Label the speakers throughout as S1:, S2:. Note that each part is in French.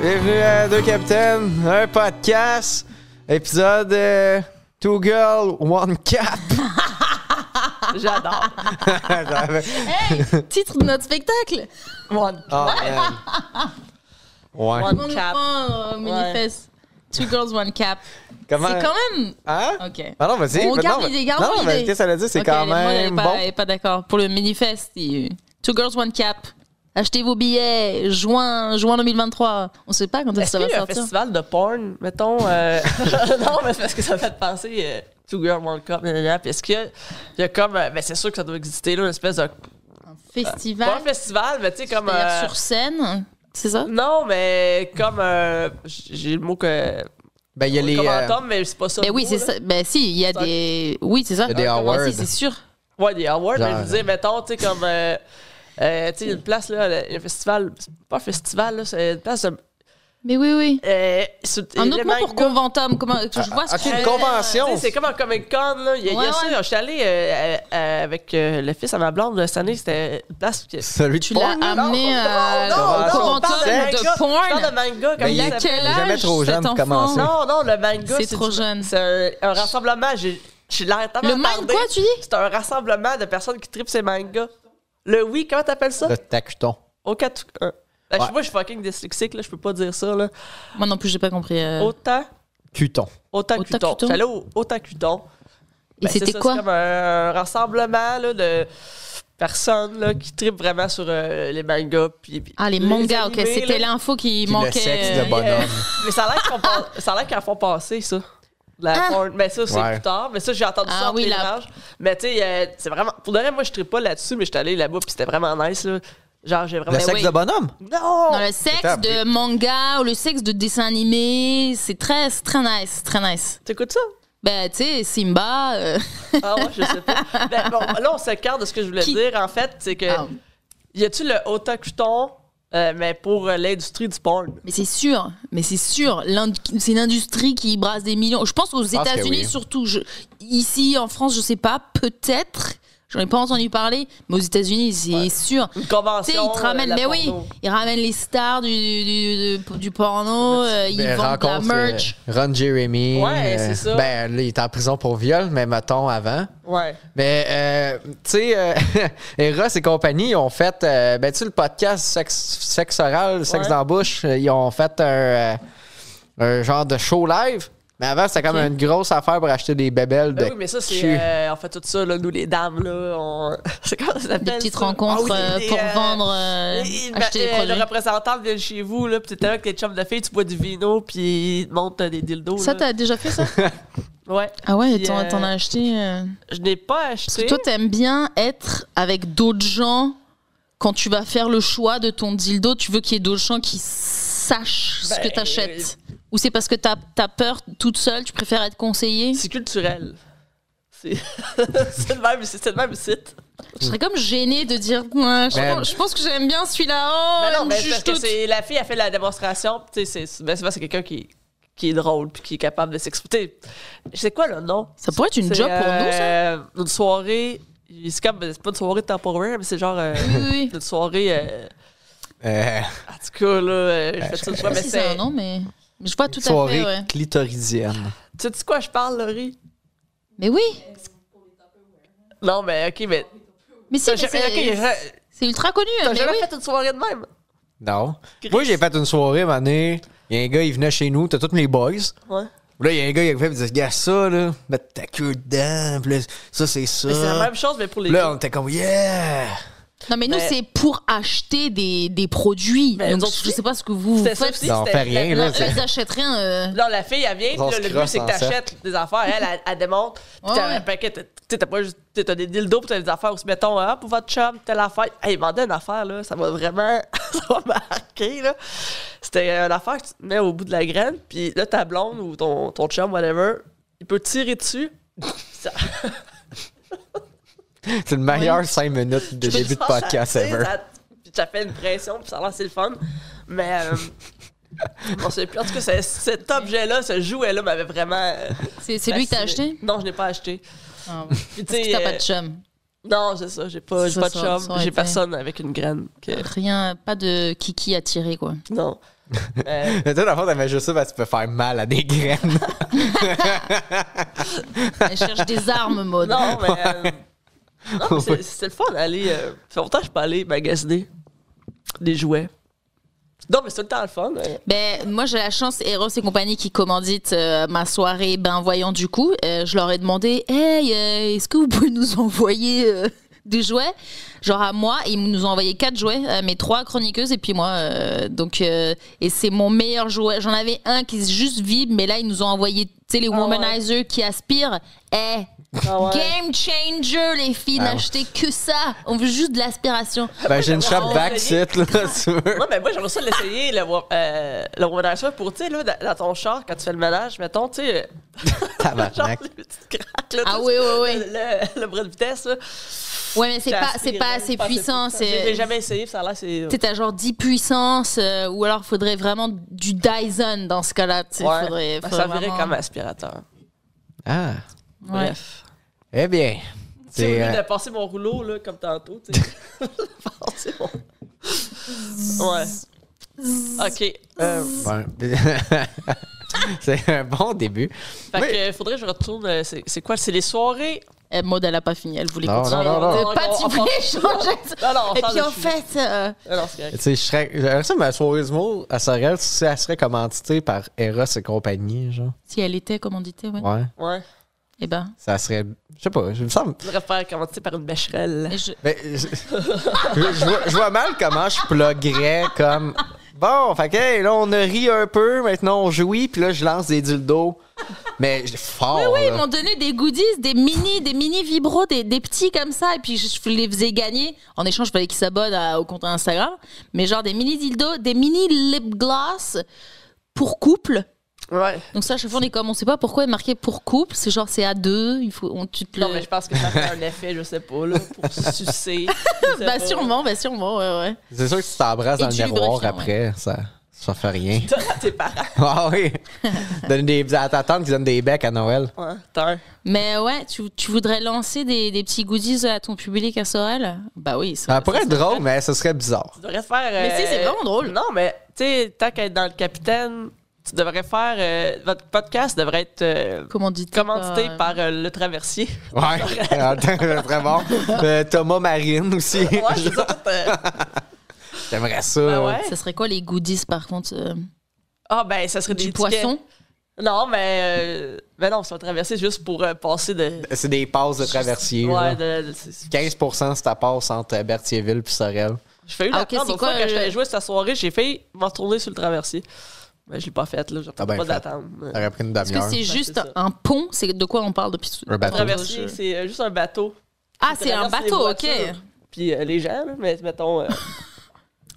S1: Bienvenue à Deux Capitaines, un podcast, épisode euh, Two Girl, One Cap.
S2: J'adore.
S1: oh
S3: Titre de notre spectacle.
S2: One.
S1: Ah, man. Ouais.
S2: One
S3: On le
S2: cap.
S3: prend, euh, mini-fesse. Two girls, one cap.
S1: Comment.
S3: C'est quand même.
S1: Hein?
S3: Ok.
S1: Ah non, vas-y.
S3: On
S1: mais
S3: garde
S1: non,
S3: l'idée,
S1: mais-
S3: garde
S1: Non, mais
S3: l'idée.
S1: qu'est-ce qu'elle a dit? C'est
S3: Ok,
S1: quand
S3: moi, elle est
S1: même
S3: pas,
S1: bon.
S3: elle est pas d'accord. Pour le mini-fest, il- Two girls, one cap. Achetez vos billets. Juin, juin 2023. On sait pas quand est-ce que
S2: Est-ce
S3: ça
S2: qu'il
S3: va
S2: y a un
S3: sortir.
S2: festival de porn, mettons? euh, non, mais c'est parce que ça fait penser euh, Two Girl World Cup, gna, gna, gna. Puis est-ce qu'il y a, il y a comme... euh, ben, c'est sûr que ça doit exister, là, une espèce de... Pas un
S3: Festival.
S2: festival, mais tu sais, comme...
S3: c'est-à-dire
S2: euh,
S3: Ben, sur scène. C'est ça?
S2: Non, mais comme... euh, j- J'ai le mot que...
S1: Ben, il y a les.
S2: Comme
S1: euh,
S2: Tom, mais c'est pas ça.
S3: Ben
S2: le
S3: oui,
S2: mot, là.
S3: c'est ça. Ben si, il y a
S2: Ça-
S3: des. Oui, c'est ça.
S1: Il y a des
S3: Ah, comment
S1: awards.
S3: si, C'est sûr.
S2: Ouais, des awards, mais je
S1: Genre-
S2: veux dire, mettons, tu sais, comme. Euh, euh, tu sais, une place, là, le- un festival. c'est Pas un festival, là, c'est une place. de-
S3: Mais oui, oui.
S2: Euh, sur-
S3: Un autre
S2: élément-
S3: mot pour conventum. Comment... Je vois ce
S1: ok,
S3: que tu
S1: une
S3: veux
S1: convention.
S2: Tu sais, C'est comme un Comic Con, là. Il y a, il y a
S3: Ouais,
S2: ça.
S3: ouais.
S2: Je suis allée euh, à- à- avec euh, le fils à ma blonde là, cette année. C'était une place. Que...
S1: Celui de Ah,
S3: Tu
S1: porn,
S3: l'as
S1: là?
S3: amené euh, à-
S1: Oh, non,
S3: au
S1: non, on
S3: conventum
S1: parle de
S3: de
S2: Je parle
S3: porn.
S2: de manga. Comme
S1: Ben,
S3: Il
S2: ça
S3: a
S1: est-
S2: s'appelle.
S3: quel
S1: est jamais
S3: âge
S1: trop jeune
S3: cet
S1: pour
S3: enfant?
S1: commencer.
S2: Non, non, le manga.
S3: C'est trop
S2: du-
S3: jeune.
S2: C'est un, un rassemblement. J'ai j'ai l'air tellement
S3: Le manga,
S2: attardée.
S3: quoi, tu dis?
S2: C'est un rassemblement de personnes qui tripent ces mangas. Le oui, comment t'appelles ça?
S1: Le tacuton.
S2: Au 4 1. Là,
S1: Ouais.
S2: Ben, je- Moi, je suis fucking dyslexique, là, je peux pas dire ça. Là.
S3: Moi non plus, j'ai pas compris. euh,
S2: Autant,
S1: Cuton.
S2: autant
S3: Autant
S2: cuton.
S3: cuton.
S2: J'allais au autant cuton.
S3: Et
S2: Ben, c'est
S3: c'était
S2: ça,
S3: quoi
S2: C'est comme un, un rassemblement là, de personnes là, qui tripent vraiment sur euh, les mangas. Puis, puis
S3: Ah, les
S2: les
S3: mangas, ok.
S2: animés,
S3: C'était
S2: là.
S3: l'info qui
S1: Puis
S3: manquait.
S1: le sexe de
S3: euh,
S1: bonhomme.
S2: Mais ça a l'air qu'on passe- ça a l'air qu'elles font passer, ça. De La
S3: Ah.
S2: porn. Mais ça, c'est
S1: Ouais.
S2: plus tard. Mais ça, j'ai entendu
S3: Ah
S2: ça entre
S3: oui,
S2: les
S3: la-
S2: branches. Mais tu sais, euh, c'est vraiment. Pour de vrai, moi, je tripe pas là-dessus, mais j'étais allé là-bas, puis c'était vraiment nice. Là. Genre, j'ai
S1: Le
S2: vraiment.
S1: sexe
S3: Ben oui.
S1: de bonhomme?
S2: Non!
S3: Non, le sexe
S1: Putain,
S3: de manga ou le sexe de dessin animé, c'est très, c'est très nice, c'est très nice.
S2: T'écoutes ça?
S3: Ben, tu sais, Simba. euh,
S2: Ah ouais, je sais pas. Ben, bon, là, on s'écarte de ce que je voulais
S3: Qui-
S2: dire, en fait. C'est que,
S3: ah,
S2: y a-tu le otakuton, euh, mais pour euh, l'industrie du porn?
S3: mais c'est sûr, mais c'est sûr. l'ind- C'est une industrie qui brasse des millions. Je pense aux
S1: que
S3: États-Unis
S1: oui.
S3: surtout. Je- ici, en France, je sais pas, peut-être. J'en ai pas entendu parler, mais aux États-Unis, c'est sûr.
S2: Une
S3: Tu
S2: convention.
S3: sais, ils te
S2: euh,
S3: ramènent,
S2: la
S3: mais oui,
S2: porno.
S3: ils ramènent les stars du, du, du- du porno, euh, ils
S1: Ben,
S3: vendent de la
S1: rencontre,
S3: merch.
S1: euh, Ron Jeremy.
S2: Ouais,
S1: euh,
S2: c'est ça.
S1: Ben, là, il est en prison pour viol, mais mettons avant.
S2: Ouais.
S1: Mais, euh, tu sais, euh, Eros et compagnie ont fait, euh, ben, tu sais, le podcast sexe, sexe oral, sexe
S2: Ouais.
S1: dans la bouche, euh, ils ont fait un, euh, un genre de show live. Mais avant, c'était comme
S3: Ok.
S1: une grosse affaire pour acheter des bébelles de
S2: Ben oui, mais ça,
S1: cul.
S2: c'est. euh, on fait tout ça, là, nous, les dames, là. On... C'est comment ça s'appelle?
S3: Des petites
S2: ça?
S3: rencontres
S2: Ah oui,
S3: euh,
S2: des,
S3: pour
S2: euh,
S3: vendre, euh,
S2: des-
S3: acheter
S2: ben,
S3: des
S2: euh,
S3: produits.
S2: Le représentant vient chez vous, là, pis t'es là avec tes chums de filles, tu bois du vino, pis il te montre euh, des dildos.
S3: Ça,
S2: là.
S3: t'as déjà fait ça
S2: Ouais.
S3: Ah ouais,
S2: Puis,
S3: t'en
S2: euh,
S3: t'en as acheté. euh.
S2: Je n'ai pas
S3: Parce que
S2: acheté.
S3: toi, t'aimes bien être avec d'autres gens quand tu vas faire le choix de ton dildo. Tu veux qu'il y ait d'autres gens qui sachent ce
S2: Ben,
S3: que t'achètes. Ou c'est parce que t'as as peur toute seule, tu préfères être conseillée
S2: C'est culturel. C'est c'est le même, c'est le même site.
S3: Je serais comme gênée de dire Ouais, je,
S1: Ben.
S3: pense, je pense que j'aime bien celui-là.
S2: Mais
S3: Oh,
S2: Ben non,
S3: elle
S2: mais
S3: me
S2: c'est parce
S3: juge
S2: que
S3: toute.
S2: c'est- la fille a fait la démonstration. pis tu sais, c'est ben, c'est parce que c'est quelqu'un qui, qui est drôle puis qui est capable de s'exprimer. C'est quoi le nom?
S3: Ça pourrait être une job pour nous, ça.
S2: nous, ça? euh, Une soirée. C'est comme, c'est pas une soirée temporaire, mais c'est genre euh,
S3: Oui, oui.
S2: une soirée. euh,
S1: Euh,
S2: en tout cas, là, euh, je fais tout le
S3: Je sais
S2: choix,
S3: pas
S2: mais
S3: si c'est
S2: c'est.
S3: un nom, mais mais je vois tout à
S1: soirée
S3: fait, ouais.
S1: clitoridienne.
S2: Tu sais de quoi je parle, Laurie?
S3: Mais oui,
S2: Non, mais ok, mais.
S3: mais si,
S2: T'as
S3: mais
S2: jamais, ok,
S3: c'est c'est ultra connu.
S2: t'as
S3: mais
S2: jamais
S3: oui.
S2: fait une soirée de même?
S1: Non.
S2: Chris.
S1: Moi, j'ai fait une soirée, un moment donné, il y a un gars, il venait chez nous, t'as tous mes boys.
S2: Ouais.
S1: Là, il y a un gars, il a fait, il disait, gars, ça, là, mets ta queue dedans, puis là, ça, c'est ça.
S2: Mais c'est la même chose, mais pour les.
S1: Puis Euh, Là, on était comme, yeah!
S3: Non, mais nous,
S2: Mais-
S3: c'est pour acheter des, des produits.
S2: Mais
S3: Donc,
S2: nous autres
S3: je sais pas ce que vous, vous
S2: C'était ça
S3: faites.
S2: aussi,
S1: Non, on
S2: c'était-
S1: fait rien, là.
S3: Non, eux, ils achètent rien. euh.
S2: Non, la fille, elle vient, puis
S1: On
S2: là,
S1: se
S2: le but,
S1: crosse
S2: c'est que
S1: en
S2: t'achètes des affaires. Elle, elle, elle démontre. Puis
S3: Ouais,
S2: t'as
S3: ouais.
S2: un paquet, t'as- tu sais, t'as pas juste. tu sais, T'as des dildos, puis t'as des affaires aussi. Mettons, ah, pour votre chum, telle affaire. Hey, vendait une affaire, là. Ça m'a vraiment. ça m'a marqué, là. C'était euh, une affaire que tu te mets au bout de la graine, puis là, ta blonde ou ton, ton chum, whatever, il peut tirer dessus. Ça-
S1: C'est le meilleur 5 minutes de
S2: Tu peux
S1: début de
S2: faire ça,
S1: podcast
S2: tu sais,
S1: ever.
S2: ça- Puis ça fait une pression, puis ça lance le fun. Mais. euh, on sait plus. En tout cas, c'est- cet objet-là, ce jouet-là, m'avait vraiment. euh,
S3: C'est c'est lui que t'as
S2: fasciné.
S3: acheté
S2: Non, je n'ai pas acheté.
S3: Ah,
S2: Puis, tu
S3: Parce que
S2: sais,
S3: t'as pas
S2: euh,
S3: de chum.
S2: Non, c'est ça, j'ai pas, j'ai
S3: Ça,
S2: pas de
S3: ça, ça
S2: chum,
S3: aurait
S2: j'ai
S3: été-
S2: personne avec une graine. que-
S3: Rien, pas de kiki à tirer, quoi.
S2: Non. Euh,
S1: Mais toi, dans le fond, t'avais juste ça parce que tu peux faire mal à des graines.
S3: Elle cherche des armes, mode.
S2: non, mais. euh, non, mais c'est- c'est le fun d'aller. euh, ça fait longtemps que je suis pas allé magasiner des jouets. Non, mais c'est tout le temps le fun. euh.
S3: Ben, moi, j'ai la chance, Eros et compagnie qui commanditent euh, ma soirée, ben, voyant du coup, euh, je leur ai demandé, hey, euh, est-ce que vous pouvez nous envoyer euh, des jouets? Genre à moi, ils nous ont envoyé quatre jouets, euh, mes trois chroniqueuses et puis moi. euh, donc, euh, et c'est mon meilleur jouet. J'en avais un qui est juste vide, mais là, ils nous ont envoyé, tu sais, les
S2: Ah ouais.
S3: womanizers qui aspirent. Hey,
S2: Ah ouais.
S3: game changer, les filles,
S1: Ah ouais.
S3: n'achetez que ça. On veut juste de l'aspiration.
S1: Ben, j'ai une shop
S2: Oh,
S1: back
S2: essayé.
S1: site, là, tu veux.
S2: Non, mais moi, j'aimerais ça l'essayer, le, wo- euh, le womanizer, pour, tu sais, là, dans, dans ton char, quand tu fais le ménage, mettons, tu sais, euh, genre,
S1: Tabarnak.
S2: les petites craques, là,
S3: Ah
S2: tu sais,
S3: oui, oui, oui.
S2: Le, le bras de vitesse, là.
S3: Ouais, mais c'est pas, c'est
S2: J'aspire,
S3: pas
S2: là,
S3: assez
S2: je pense que
S3: puissant.
S2: ça.
S3: c'est-
S2: J'ai j'ai jamais essayé, puis ça a l'air, c'est.
S3: Tu sais, t'as genre 10 puissances, euh, ou alors faudrait vraiment du Dyson dans ce cas-là. tu sais,
S2: Ouais. Ben, Ah, Ça
S3: faudrait, faudrait
S2: servirait
S3: vraiment-
S2: comme aspirateur.
S1: Ah.
S3: Ouais.
S2: Bref.
S1: Eh bien.
S2: Tu sais, au
S1: C'est.
S2: lieu
S1: euh,
S2: de passer mon rouleau, là, comme tantôt, tu sais. passer mon... Ouais. OK. Euh,
S1: bon. c'est un bon début.
S2: fait que faudrait que je retourne... euh, C'est c'est quoi? C'est les soirées?
S3: Eh, Maud, elle a pas fini, elle voulait
S1: Non,
S3: continuer.
S1: non, non, non.
S3: Euh, pas,
S2: On-
S3: tu
S2: on-
S3: voulais changer
S2: Non, non, on
S3: Et
S2: change
S3: puis
S2: de
S3: en
S2: sujet.
S3: fait, euh,
S2: Ah non, c'est correct.
S1: Tu sais, je serais. J'aimerais ça, ma soirée d'humour, elle serait, si elle serait commanditée par Eros et compagnie, genre.
S3: si elle était commanditée,
S2: Mm.
S3: ouais.
S1: Ouais.
S2: Ouais.
S3: Eh ben,
S1: Ça serait. Je sais pas, je me semble.
S2: Je voudrais faire commencer par une bécherelle.
S3: et je-
S1: Ben, je, je vois, je vois mal comment je pluguerais comme. Bon, fait que hey, là, on a ri un peu, maintenant on jouit, puis là, je lance des dildos. Mais je- fort.
S3: Oui, ils
S1: là.
S3: m'ont donné des goodies, des mini, des mini vibros, des, des petits comme ça, et puis je je les faisais gagner. En échange, il fallait qu'ils s'abonnent à- au compte Instagram. Mais genre des mini dildos, des mini lip gloss pour couple.
S2: Ouais.
S3: Donc ça, à chaque fois, on est comme, on sait pas pourquoi il est marqué pour couple. C'est genre, c'est à deux. Il faut, on, tu te le...
S2: Non, mais je pense que ça fait un effet, je sais pas, là, pour sucer. Je sais
S3: bah
S2: pas.
S3: sûrement, bah sûrement, ouais, ouais.
S1: C'est sûr que tu t'embrasses
S3: Et
S1: dans le
S3: tu
S1: miroir
S3: lubrifiant,
S1: après, ça, ça fait rien.
S2: Toi, tes parents.
S1: Ah oui! Donner des, à ta tante qui donne des becs à Noël.
S2: Ouais, t'as un.
S3: Mais ouais, tu, tu voudrais lancer des, des petits goodies à ton public à Sorel Bah oui, ça,
S1: Ça pourrait être drôle, mais ce serait bizarre.
S2: Tu devrais faire. euh,
S3: Mais si, c'est vraiment drôle.
S2: Non, mais tu sais, tant qu'à être dans le capitaine, tu devrais faire. euh, votre podcast devrait être euh,
S3: commandité.
S2: commandité
S3: euh,
S2: par euh, le traversier.
S1: Ouais, très bon. Euh, Thomas Marine aussi.
S2: Ouais, je sais pas, euh,
S1: J'aimerais ça.
S2: ben ouais.
S3: Ça serait quoi les goodies par contre euh,
S2: Ah, ben, ça serait des
S3: Du
S2: tickets.
S3: poisson
S2: Non, mais. euh, mais non, c'est un traversier juste pour euh, passer de.
S1: C'est des passes de traversier. là.
S2: Ouais, de, de- c'est-
S1: 15 si ta passe entre Berthierville puis Sorel.
S2: Je fais eu
S3: Ah,
S2: la
S3: ok,
S2: prendre.
S3: c'est
S2: Une fois,
S3: quoi,
S2: quand
S3: euh,
S2: j'étais joué cette soirée, j'ai fait m'en retourner sur le traversier. Mais je l'ai pas faite, là. J'ai
S1: bien
S2: pas
S1: Ah, ben, fait.
S2: d'attendre.
S1: Ça
S2: Le
S1: aurait pris une
S3: Est-ce que
S1: demi-heure.
S3: c'est juste
S2: c'est ça.
S3: un pont C'est de quoi on parle depuis tout-
S1: Un bateau.
S2: traversier, c'est euh, juste un bateau.
S3: Ah, c'est un
S2: traverse les
S3: bateau, ok.
S2: voitures. Puis euh, les gens, là, mais mettons. euh,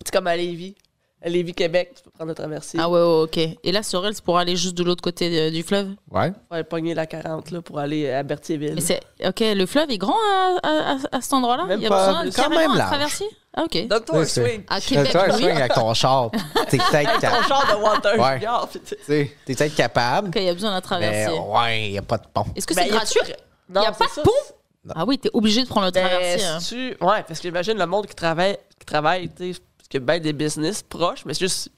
S2: c'est comme à Lévis. À Lévis, Québec, tu peux prendre le traversier.
S3: Ah ouais, ouais, ok. Et là, Sorel, c'est pour aller juste de l'autre côté euh, du fleuve
S1: Ouais.
S2: Faut aller pogner la 40 là, pour aller à Berthierville.
S3: Mais c'est ok, le fleuve est grand à, à- à- à cet endroit-là.
S2: Même
S3: Il y a
S2: pas,
S3: besoin
S1: mais
S3: de
S1: quand
S3: carrément
S1: même
S3: un
S1: large.
S3: traversier. Ah ok.
S2: Donne-toi un
S1: Oui, c'est-
S2: swing.
S3: À
S1: Fais
S3: Québec,
S1: un
S3: oui.
S1: swing avec ton char. T'es peut-être
S2: Ton
S1: capable.
S2: char de Water
S1: Ouais.
S2: Junior, puis tu-
S1: T'es peut-être capable.
S3: Ok, il y a besoin d'un
S1: Mais
S3: traversier.
S1: ouais, y a pas de pont.
S3: Est-ce que
S2: Ben,
S3: c'est
S2: y a-
S3: gratuit
S2: Non,
S3: Y a
S2: c'est
S3: pas de
S2: ça.
S3: pont? Ah oui, t'es obligé de prendre
S1: Bah,
S3: le
S2: Ben,
S3: traversier. hein.
S2: si tu... Ouais, parce que j'imagine le monde qui travaille, qui travaille, tu sais, parce qu'il y a bien des business proches, mais c'est juste.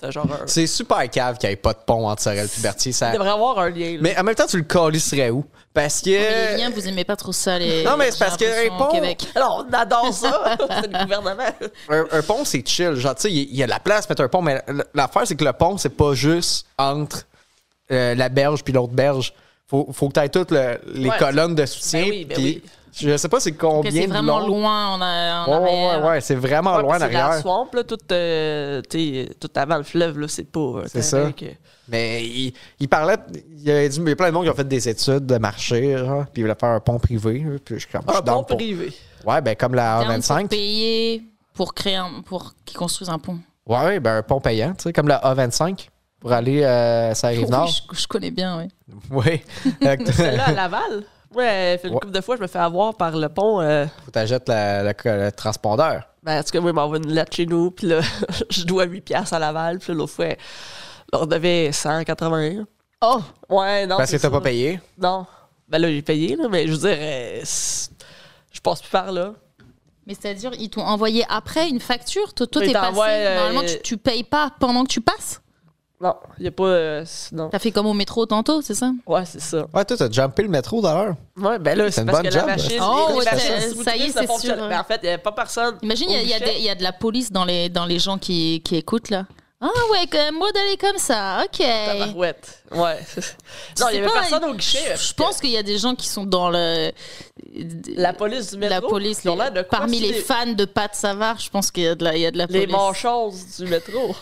S2: C'est genre un.
S1: C'est super cave qu'il n'y ait pas de pont entre Sorel et Berthier. Ça...
S2: Il devrait avoir un lien, là.
S1: Mais en même temps, tu le calisserais où? Parce
S3: Mais
S1: que.
S3: les liens, vous aimez pas trop ça, les.
S1: Non, mais c'est
S3: j'ai
S1: parce que
S3: l'impression,
S1: un pont-
S3: au Québec.
S2: Alors, on adore ça. c'est le gouvernement.
S1: Un, un pont, c'est chill. Genre, tu sais, il y, y a de la place pour mettre un pont, mais l- l'affaire, c'est que le pont, c'est pas juste entre euh, la berge puis l'autre berge. Faut, faut que tu aies toutes le- les
S2: Ouais.
S1: colonnes de soutien.
S2: Ben oui, ben
S1: puis
S2: oui.
S1: Je sais pas c'est
S3: Que
S1: combien
S3: C'est
S1: de
S3: vraiment
S1: long.
S3: loin, on a.
S1: Ouais, ouais, ouais, ouais, c'est vraiment
S2: Ouais,
S1: loin
S2: c'est dans le
S1: derrière.
S2: swamp, là, tout, euh, t'sais, tout avant le fleuve, là, c'est pas. euh,
S1: C'est
S2: terrain
S1: ça.
S2: que-
S1: Mais il, il parlait, il y a du- il y a plein de monde qui ont fait des études de marché, genre, puis ils voulaient faire un pont privé. là, Puis je suis comme, je
S2: Un
S1: suis down
S2: pont
S1: pour-
S2: Ah, privé.
S1: Ouais, ben comme la
S3: A25.
S1: A25.
S3: payer pour créer un. pour qu'ils construisent un pont.
S1: Ouais, ben un pont payant, tu sais, comme la A25 pour aller euh, sur la rive
S3: Oui,
S1: nord.
S3: je, je connais bien, oui.
S1: Oui.
S2: Celle-là, à Laval. Ouais, fait une
S1: Ouais.
S2: couple de fois, je me fais avoir par le pont. euh,
S1: Faut t'ajettes la- la- le transpondeur.
S2: ben, en tout cas, moi, il m'envoie une lettre chez nous, puis là, je dois 8 piastres à Laval, puis là, l'autre fois, on leur devait 181.
S3: Oh
S2: Ouais, non.
S1: Parce que
S2: c'est
S1: t'as
S2: ça.
S1: pas payé.
S2: Non. Ben là, j'ai payé, là, mais je veux dire, euh, c'est- Je passe plus par là.
S3: Mais c'est-à-dire, ils t'ont envoyé après une facture. Toi, toi,
S2: Ils
S3: t'es passé.
S2: t'envoient, euh,
S3: Normalement, tu, tu payes pas pendant que tu passes.
S2: Non, il n'y a pas. euh, c- non.
S3: T'as fait comme au métro tantôt, c'est ça
S2: Ouais, c'est ça.
S1: Ouais, toi, t'as jumpé le métro d'ailleurs.
S2: Ouais, ben là,
S1: C'est
S2: c'est
S1: une
S2: parce
S1: bonne
S2: que
S1: job,
S2: la machine.
S3: ça. Oh,
S2: les
S3: ouais,
S2: machines
S3: ça-
S2: sous
S3: ça y est,
S2: Twitch ne
S3: c'est
S2: fonctionnent-
S3: sûr, hein.
S2: Mais Ben, en fait, il n'y a pas personne.
S3: Imagine, il y a- il y, a
S2: Obligé.
S3: des- il y a de la police dans les, dans les gens qui, qui écoutent, là. Ah ouais, quand même, moi d'aller comme ça, ok.
S2: Tabarouette. Ouais.
S3: Je
S2: Non,
S3: sais
S2: il n'y avait
S3: pas,
S2: personne au
S3: je-
S2: guichet.
S3: Je pense qu'il y a des gens qui sont dans le.
S2: La police du métro.
S3: la police,
S2: ils ont
S3: les-
S2: l'air de quoi,
S3: parmi
S2: si
S3: les fans de Pat Savard, je pense qu'il y a de la, il y a de la
S2: Les
S3: police.
S2: manchoses du métro.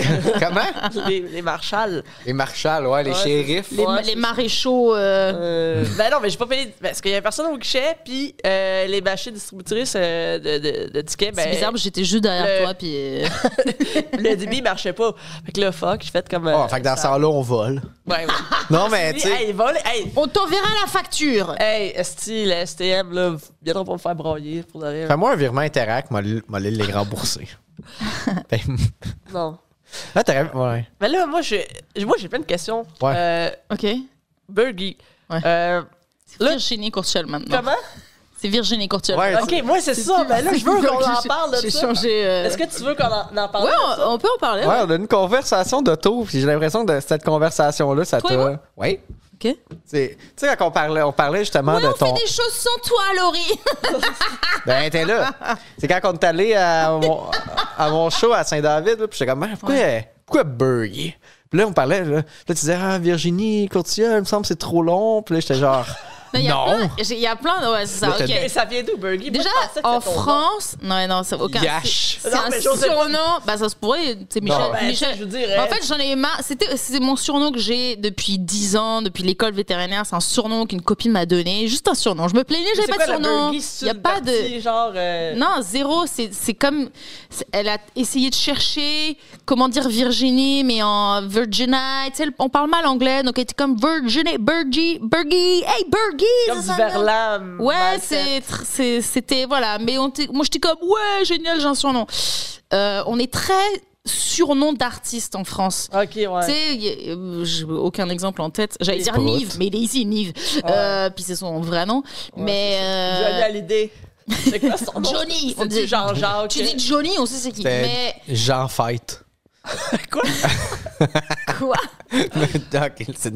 S1: Comment?
S2: les, les marshals.
S1: Les marshals, ouais, les
S2: Ouais,
S1: shérifs.
S3: Les,
S2: Ouais,
S3: les
S2: c'est-
S3: maréchaux. euh,
S2: Euh, ben non, mais j'ai pas payé. Parce qu'il y avait personne au guichet, puis euh, les machines distributrices euh, de, de- de tickets,
S3: c'est
S2: ben,
S3: bizarre, j'étais juste derrière
S2: le-
S3: toi, puis. euh,
S2: le débit marchait pas. Fait que là, fuck, j'ai fait comme. euh,
S1: Oh, fait que dans ce
S2: ça-
S1: sens-là, on vole.
S2: Ouais, ouais.
S1: Non, mais tu
S2: Puis,
S1: sais.
S2: hey, vol, hey,
S3: On t'enverra la facture.
S2: hey, esti, la STM, là, viendront pas me faire broyer pour de rien.
S1: Fais-moi un virement Interact, moi, l- moi, les rembourser. Ben,
S2: Non.
S1: là, t'aurais. Ouais.
S2: Mais là, moi, j'ai, moi, j'ai plein de questions.
S1: Ouais.
S2: Euh,
S3: Ok.
S2: Burgie.
S3: Ouais.
S2: Euh,
S3: C'est
S2: Là-
S3: Virginie Courtiel maintenant.
S2: comment?
S3: C'est Virginie Courtiel.
S1: Ouais,
S2: Ok, moi, c'est ça. Mais là, je veux qu'on en parle de
S3: J'ai
S2: ça.
S3: changé. euh,
S2: Est-ce que tu veux qu'on en, en parle?
S3: Ouais, on, on peut en parler.
S1: Ouais, on a une conversation d'auto, puis j'ai l'impression que cette conversation-là, ça
S3: Toi et
S1: t'a. Oui.
S3: Ok.
S1: Tu sais, quand on parlait, on parlait justement de
S3: on
S1: ton.
S3: fait des choses sans toi, Laurie.
S1: Ben, t'es là. C'est quand on est allé à mon, à mon show à Saint-David, là, puis j'étais comme, Man, pourquoi, pourquoi Burger? Puis là, on parlait, là, Puis là, tu disais, ah, Virginie, Courtier, il me semble que c'est trop long. Puis là, j'étais genre,
S3: Non, il y a
S1: non.
S3: plein- j'ai- Il y a plein. Ouais, c'est ça.
S1: Là, t'as
S3: ok.
S2: Et ça vient d'où, Burgie? Moi,
S3: Déjà,
S2: je pensais que
S3: en
S2: c'était ton nom.
S3: France, non, non, ça aucun.
S1: Yash.
S3: C'est
S2: Non,
S3: un
S2: mais je sais pas.
S3: surnom. Bah, ça se pourrait. C'est Michel.
S1: Non.
S2: Ben,
S3: Michel- Bah,
S2: je veux dire,
S3: En fait, j'en ai eu marre. C'était, c'est mon surnom que j'ai depuis 10 ans, depuis l'école vétérinaire. C'est un surnom qu'une copine m'a donné. Juste un surnom. Je me plaignais,
S2: c'est
S3: j'avais pas
S2: quoi
S3: de
S2: la
S3: surnom.
S2: Burgie?
S3: Il
S2: C'est
S3: y a
S2: une
S3: pas de.
S2: partie, genre. euh,
S3: Non, zéro. C'est, c'est comme. c'est- elle a essayé de chercher comment dire Virginie, mais en Virginia. Tu sais, on parle mal anglais, donc elle était comme Virginie, Burgie, Burgie, hey Burgie.
S2: Comme
S3: c'est
S2: du euh,
S3: ça, là.
S2: verlan.
S3: Ouais,
S2: mal
S3: c'est, tr- c'est- c'était. Voilà. Mais on était- moi, j'étais comme, ouais, génial, j'ai un surnom. Euh, on est très surnom d'artiste en France.
S2: fait. Ok,
S3: Tu
S2: ouais.
S3: sais, y- euh, j'ai aucun exemple en tête. J'allais dire
S1: Pote.
S3: Nive, mais il est ici, Nive. Euh, Puis c'est son vrai nom. mais.
S2: Johnny
S3: euh,
S2: Hallyday. C'est quoi son nom?
S3: Johnny, on
S2: C'est
S3: dit-
S2: du Jean-Jacques.
S3: tu dis Johnny, on sait c'est qui.
S1: C'était
S3: Mais
S1: Jean Fête.
S2: quoi?
S3: quoi
S1: ok, c'est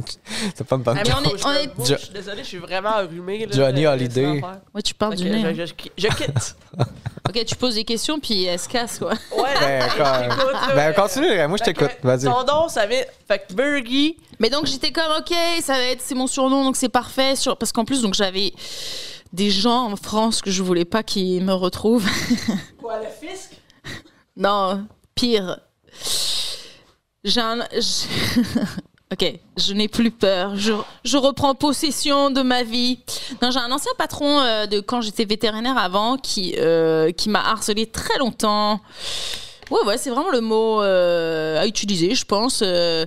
S1: c'est pas une bonne
S2: Ah,
S3: Mais
S2: mais
S3: on est-
S2: je
S3: on
S2: me
S3: est-
S2: bouge,
S1: Jo-
S2: Je suis désolée, je suis vraiment enrhumée. là. euh,
S1: Johnny
S2: Je- je-
S1: Hallyday.
S2: laisse-moi faire.
S3: Ouais, tu parles
S2: Fait
S3: du
S2: que
S3: nez. hein.
S2: je, je, je quitte.
S3: Ok, tu poses des questions, puis elle se casse, quoi.
S2: Ouais,
S1: Ben,
S2: écoute,
S1: quand-
S2: là,
S1: ben,
S2: euh,
S1: continue, moi, je
S2: fait
S1: t'écoute.
S2: que
S1: Vas-y.
S2: Ton nom, ça vient. Fait que Burgie.
S3: Mais donc j'étais comme ok, ça va être c'est mon surnom donc c'est parfait sur parce qu'en plus donc j'avais des gens en France que je voulais pas qu'ils me retrouvent.
S2: Quoi, le fisc?
S3: Non, pire. J'ai un je- Ok, je n'ai plus peur. Je, je reprends possession de ma vie. Non, j'ai un ancien patron euh, de quand j'étais vétérinaire avant qui, euh, qui m'a harcelé très longtemps. Ouais, ouais, c'est vraiment le mot euh, à utiliser, je pense, euh,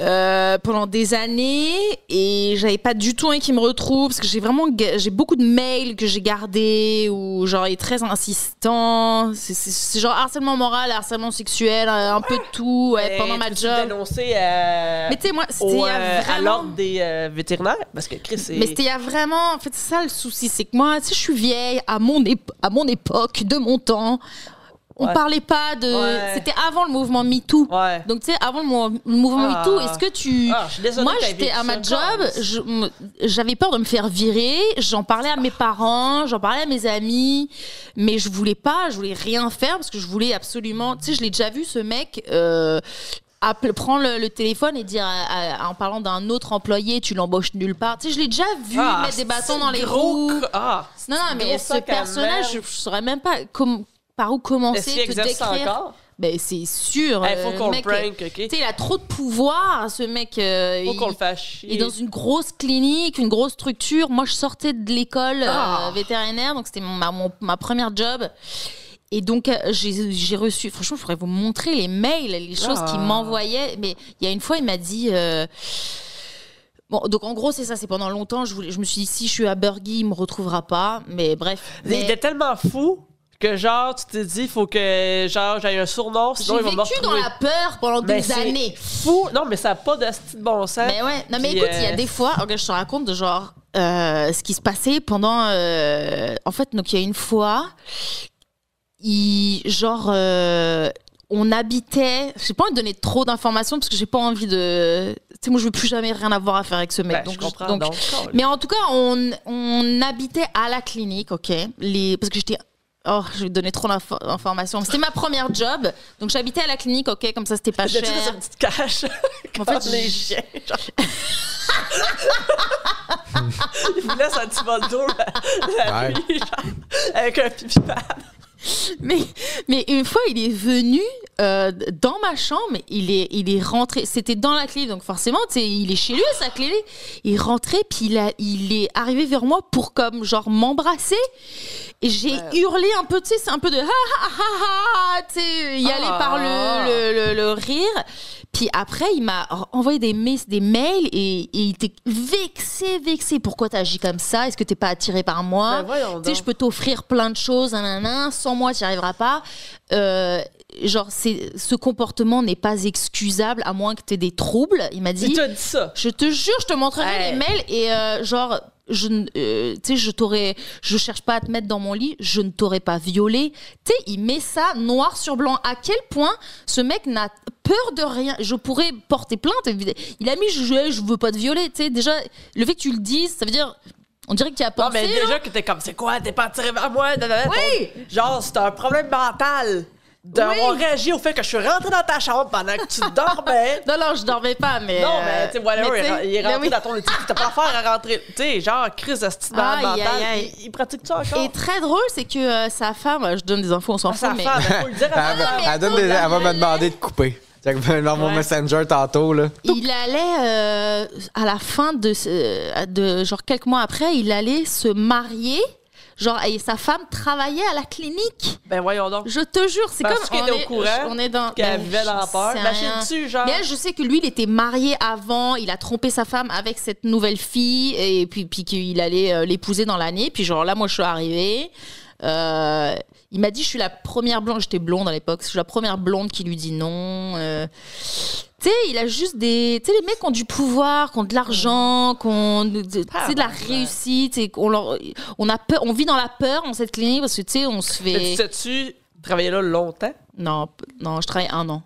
S3: euh, pendant des années. Et j'avais pas du tout envie qu'il me retrouve parce que j'ai vraiment, ga- j'ai beaucoup de mails que j'ai gardés ou genre il est très insistant. C'est- C'est c'est genre harcèlement moral, harcèlement sexuel, euh, un peu de tout ouais,
S2: euh,
S3: pendant Ben, ma job.
S2: dénoncé à.
S3: Mais tu sais, moi, c'était il
S2: euh, au,
S3: y a
S2: euh, à
S3: vraiment-
S2: l'ordre des euh, vétérinaires parce que Chris c'est
S3: Mais c'était il y a vraiment, en fait, c'est ça le souci, c'est que moi, tu sais, je suis vieille à mon, ép- à mon époque, de mon temps. On
S2: Ouais.
S3: parlait pas de.
S2: Ouais.
S3: C'était avant le mouvement MeToo.
S2: ouais
S3: Donc, tu sais, avant le, mou- le mouvement
S2: Ah.
S3: MeToo, est-ce que tu.
S2: Ah, je suis désolée
S3: Moi,
S2: que t'aies
S3: j'étais
S2: vécu
S3: à ma
S2: ça encore.
S3: job, je me- j'avais peur de me faire virer, j'en parlais à mes parents, j'en parlais à mes amis, mais je voulais pas, je voulais rien faire parce que je voulais absolument. Tu sais, je l'ai déjà vu, ce mec. euh, appeler- prendre le, le téléphone et dire à- à- en parlant d'un autre employé tu l'embauches nulle part tu sais je l'ai déjà vu
S2: Ah,
S3: mettre des bâtons
S2: c'est
S3: dans les
S2: gros
S3: roues
S2: cr- ah c'est
S3: non non
S2: un
S3: mais
S2: gros
S3: ce
S2: sac à
S3: personnage je,
S2: merde.
S3: je saurais même pas com- par où
S2: est-ce qu'il
S3: commencer te
S2: exerce ça
S3: décrire
S2: encore
S3: ben c'est sûr
S2: il faut
S3: euh,
S2: qu'on le
S3: le mec est-
S2: prank ok
S3: tu sais, il a trop de pouvoir, ce mec. euh,
S2: faut
S3: il-
S2: qu'on le fasse
S3: il est
S2: chier
S3: dans une grosse clinique, une grosse structure. Moi, je sortais de l'école euh,
S2: Ah.
S3: vétérinaire, donc c'était mon- ma, mon- ma première job. Et donc, euh, j'ai j'ai reçu, franchement, je pourrais vous montrer les mails, les choses
S2: Ah.
S3: qu'il m'envoyait. Mais il y a une fois, il m'a dit. euh, Bon, donc en gros, c'est ça, c'est pendant longtemps, je, voulais, je me suis dit, si je suis à Burgie, il me retrouvera pas, mais bref.
S2: il
S3: Mais
S2: était tellement fou que genre tu t'es dit faut que genre j'aille un surnom
S3: J'ai
S2: sinon il va
S3: vécu
S2: me
S3: dans
S2: retrouver
S3: la peur pendant
S2: Ben,
S3: des
S2: c'est
S3: années.
S2: fou non mais ça a pas de style de bon sens
S3: Mais ouais, non mais
S2: Puis,
S3: écoute, il y a
S2: euh,
S3: des fois, regarde, je te raconte de genre, euh, euh, ce qui se passait pendant. euh, en fait, donc il y a une fois, il, genre, euh, on habitait. Je pas envie de donner trop d'informations parce que j'ai pas envie de. Tu sais, moi, je veux plus jamais rien avoir à faire avec ce mec.
S2: Ben,
S3: donc,
S2: je comprends.
S3: donc-
S2: donc, oh,
S3: mais en tout cas, on, on habitait à la clinique, ok les, Parce que j'étais. Oh, je vais donner trop d'info- d'informations. C'était ma première job. Donc, j'habitais à la clinique, ok Comme ça, c'était pas
S2: j'ai
S3: cher.
S2: toujours une petite cache.
S3: En
S2: Comme
S3: fait,
S2: les
S3: je-
S2: chiens. Genre. Ils vous laissent un petit bol d'eau la, la
S1: Ouais.
S2: nuit, genre, avec un pipi pad.
S3: Mais, mais une fois, il est venu euh, dans ma chambre, il est, il est rentré, c'était dans la clé, donc forcément, tu sais, il est chez lui, sa clé. Il est rentré, puis il, a, il est arrivé vers moi pour comme, genre, m'embrasser. Et j'ai hurlé un peu, tu sais, c'est un peu de ha ha ha ha, tu sais, y aller
S2: Ah.
S3: par le, le, le, le rire. Puis après, il m'a envoyé des, mes- des mails et, et il était vexé, vexé. Pourquoi t'agis comme ça Est-ce que t'es pas attiré par moi
S2: Ben voyons
S3: tu sais, je
S2: donc.
S3: peux t'offrir plein de choses, nanana, sans moi, tu n'y arriveras pas. Euh, genre, c'est, ce comportement n'est pas excusable à moins que tu aies des troubles, il m'a
S2: Il
S3: dit.
S2: te dit ça.
S3: Je te jure, je te montrerai
S2: Ouais.
S3: les mails et euh, genre, je, ne- euh, tu sais, je t'aurais, je cherche pas à te mettre dans mon lit, je ne t'aurais pas violé. Tu sais, il met ça noir sur blanc. À quel point ce mec n'a peur de rien Je pourrais porter plainte. évidemment. Il a mis, je, je veux pas te violer. Tu sais, déjà, le fait que tu le dises, ça veut dire, on dirait que tu y as
S2: Non,
S3: pensé.
S2: mais
S3: là.
S2: déjà que t'es comme, c'est quoi, t'es pas attiré vers moi? nanana, ton-
S3: Oui.
S2: Genre, c'est un problème mental d'avoir
S3: Oui.
S2: réagi au fait que je suis rentrée dans ta chambre pendant que tu dormais.
S3: Non, non, je dormais pas, mais.
S2: Non,
S3: euh,
S2: mais tu sais, whatever,
S3: mais tu
S2: il
S3: sais,
S2: est- il est
S3: mais
S2: rentré
S3: oui.
S2: dans ton outil. T'as pas affaire à rentrer. Tu sais, genre, crise de style
S3: Aïe,
S2: mentale.
S3: aïe, aïe.
S2: Il, il pratique ça encore.
S3: Et très drôle, c'est que euh, sa femme, je donne des infos, on s'en
S2: Ah,
S3: fout,
S2: sa
S3: mais.
S2: femme, faut le dire à sa
S1: Elle,
S2: femme.
S1: va-
S3: mais
S1: elle donne
S3: attends,
S1: des- elle va
S3: la-
S1: me demander de couper. Fait que ben, dans mon
S2: Ouais.
S1: messenger tantôt, là.
S3: Il allait, euh, à la fin de, ce- euh, de. Genre quelques mois après, il allait se marier. Genre, et sa femme travaillait à la clinique.
S2: Ben voyons donc.
S3: Je te jure, c'est
S2: Parce
S3: comme.
S2: qu'il
S3: on
S2: était au
S3: est-
S2: courant
S3: On est dans.
S2: qu'elle
S3: mais
S2: vivait dans la
S3: je
S2: peur.
S3: sais rien.
S2: Imagine-tu, genre.
S3: Mais elle, je sais que lui, il était marié avant, il a trompé sa femme avec cette nouvelle fille, et puis, puis qu'il allait euh, l'épouser dans l'année. Puis genre là, moi, je suis arrivée. euh, il m'a dit, je suis la première blonde, j'étais blonde à l'époque, je suis la première blonde qui lui dit non. euh. Tu sais, il a juste des... Tu sais, les mecs ont du pouvoir, qui ont de l'argent, qui ont de, de- tu sais, de la
S2: Ah, ouais.
S3: réussite, et qu'on leur- on, a peur, on vit dans la peur dans cette clinique parce que, tu sais, on se
S2: Mais tu
S3: fait...
S2: sais-tu travailler là longtemps?
S3: Non, p- non, je travaille un an.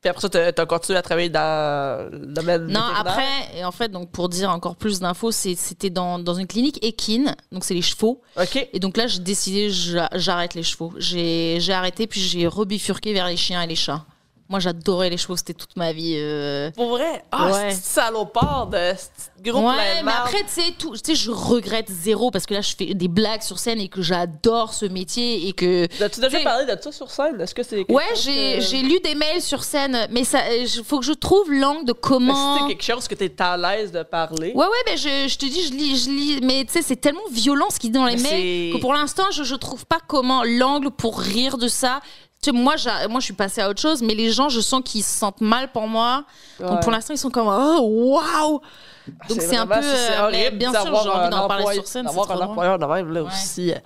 S2: Puis après ça, t'as t'as continué à travailler dans le domaine
S3: Non,
S2: vétérinaire?
S3: après, et en fait, donc pour dire encore plus d'infos, c'est- c'était dans, dans une clinique équine, donc c'est les chevaux.
S2: OK.
S3: Et donc là, j'ai décidé, j'a- j'arrête les chevaux. J'ai j'ai arrêté, puis j'ai rebifurqué vers les chiens et les chats. Moi, j'adorais les chevaux, c'était toute ma vie. euh.
S2: Pour vrai? Ah,
S3: Ouais.
S2: c'est salopard de c'ti gros plein
S3: Ouais,
S2: de
S3: mais
S2: marde.
S3: après, tu sais, tout- tu sais, je regrette zéro parce que là, je fais des blagues sur scène et que j'adore ce métier et que
S2: As-tu déjà
S3: t'sais-
S2: parlé de ça sur scène? Est-ce que c'est. quelque
S3: Ouais,
S2: chose
S3: j'ai
S2: que-
S3: j'ai lu des mails sur scène, mais ça, euh, je- faut que je trouve l'angle de
S2: Est-ce
S3: comment.
S2: que Bah, C'est quelque chose que t'es à l'aise de parler.
S3: Ouais, ouais, mais je, je te dis, je lis, je lis, mais tu sais, c'est tellement violent ce qu'il dit dans les
S2: Mais
S3: mails
S2: Ben, c'est-
S3: que pour l'instant, je, je trouve pas comment l'angle pour rire de ça. Tu sais, moi, j'a- moi, je suis passée à autre chose, mais les gens, je sens qu'ils se sentent mal pour moi.
S2: Ouais.
S3: Donc pour l'instant, ils sont comme, oh, waouh! Donc c'est un peu.
S2: vraiment- c'est
S3: euh, mais
S2: horrible
S3: bien sûr,
S2: d'avoir
S3: j'ai
S2: un
S3: envie d'en parler
S2: employé-
S3: sur scène. c'est
S2: D'avoir
S3: trop
S2: un
S3: drôle.
S2: employeur de même, là,
S3: Ouais.
S2: aussi euh,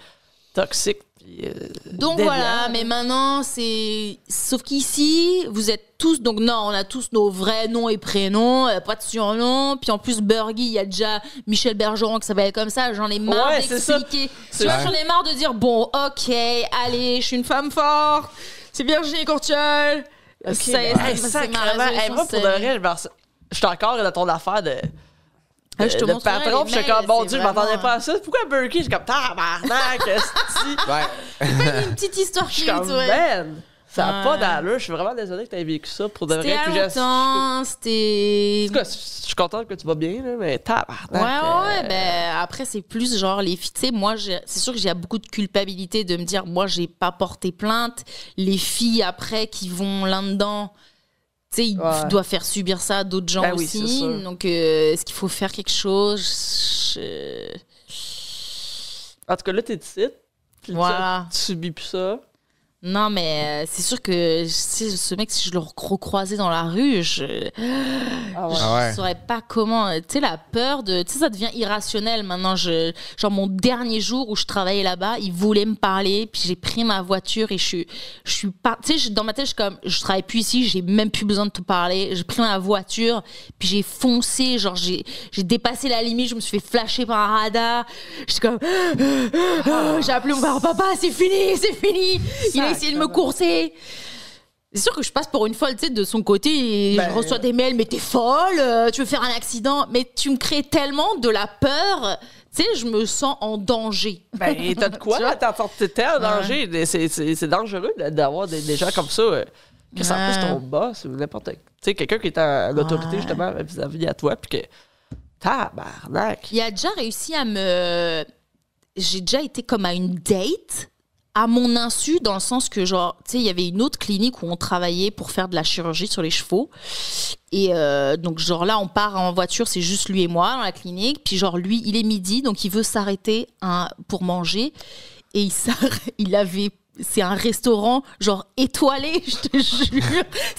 S2: toxique. Puis, euh,
S3: Donc
S2: déviant.
S3: voilà, mais maintenant, c'est. Sauf qu'ici, vous êtes tous. Donc, non, on a tous nos vrais noms et prénoms, euh, pas de surnom. Puis en plus, Burgy, il y a déjà Michel Bergeron qui s'appelle comme ça. J'en ai marre
S2: Ouais, c'est ça.
S3: d'expliquer. Tu
S2: C'est
S3: vois,
S1: vrai.
S3: j'en ai marre de dire bon, ok, allez, je suis une femme forte, c'est Virginie Courtiol.
S2: Ok,
S3: Ça-
S2: ben,
S3: ça-
S2: hey,
S3: c'est ma
S2: sacrément.
S3: résolution,
S2: Hey, moi, pour
S3: c'est-
S2: de vrai, je m'en- je suis encore dans ton affaire de.
S3: Ah, je te
S2: de
S3: montrerai
S2: patron,
S3: les
S2: puis je suis
S3: mails,
S2: comme, mon
S3: c'est
S2: Dieu, je
S3: vraiment-
S2: m'attendais pas à ça. Pourquoi Burkey? Je suis comme, tabarnak, esti.
S1: Ouais.
S3: Une petite histoire
S2: Je
S3: cute,
S2: suis comme, ben,
S3: ouais.
S2: man, ça n'a
S3: Ouais.
S2: pas d'allure. Je suis vraiment désolée que tu aies vécu ça pour de vrai.
S3: C'était à
S2: puis je-
S3: longtemps, c'était.
S2: En tout cas, je suis contente que tu vas bien, là, mais
S3: Ouais,
S2: tabarnak.
S3: ouais,
S2: euh,
S3: ben après, c'est plus genre les filles. Tu sais, moi, j'ai- c'est sûr que j'ai beaucoup de culpabilité de me dire, moi, j'ai pas porté plainte. Les filles, après, qui vont là-dedans, tu sais, ils
S2: Ouais.
S3: doivent faire subir ça à d'autres gens
S2: Ben oui, c'est
S3: aussi.
S2: sûr.
S3: Donc, euh, est-ce qu'il faut faire quelque chose Je-
S2: En tout cas, là, t'es ici. puis
S3: Voilà.
S2: Tu, tu subis plus ça.
S3: Non, mais euh, c'est sûr que si ce mec, si je le recroisais dans la rue, je.
S2: Ah ouais.
S3: Je
S1: Ah ouais.
S3: saurais pas comment. euh, Tu sais, la peur de. Tu sais, ça devient irrationnel maintenant. Je, genre, mon dernier jour où je travaillais là-bas, ils voulaient me parler, puis j'ai pris ma voiture et je suis. Je suis pas. Tu sais, je- dans ma tête, je suis comme. Je travaille plus ici, j'ai même plus besoin de te parler. J'ai pris ma voiture, puis j'ai foncé. Genre, j'ai j'ai dépassé la limite, je me suis fait flasher par un radar. J'étais comme. Ah, J'ai appelé mon père, papa, c'est fini, c'est fini. Il a essayé de me
S2: Sacrément.
S3: courser. C'est sûr que je passe pour une folle, tu sais, de son côté, et
S1: Ben,
S3: je reçois des mails, mais t'es folle, euh, tu veux faire un accident, mais tu me crées tellement de la peur, tu sais, je me sens en danger.
S2: Ben, t'as de quoi?
S3: Tu vois?
S2: T'as- t'as- T'es t'es en danger. C'est- C'est c'est dangereux de- d'avoir des, des gens comme ça. euh, Que ça en
S3: Ouais.
S2: plus ton boss ou n'importe. Tu sais, quelqu'un qui est en, en autorité,
S3: Ouais.
S2: justement, vis-à-vis à toi, puis que. Tabarnak!
S3: Il a déjà réussi à me. J'ai déjà été comme à une date à mon insu, dans le sens que, genre, tu sais, il y avait une autre clinique où on travaillait pour faire de la chirurgie sur les chevaux. Et euh, donc, genre là, on part en voiture, c'est juste lui et moi dans la clinique. Puis, genre, lui, il est midi, donc il veut s'arrêter hein, pour manger. Et il s'arrête, il avait. C'est un restaurant, genre étoilé, je te jure.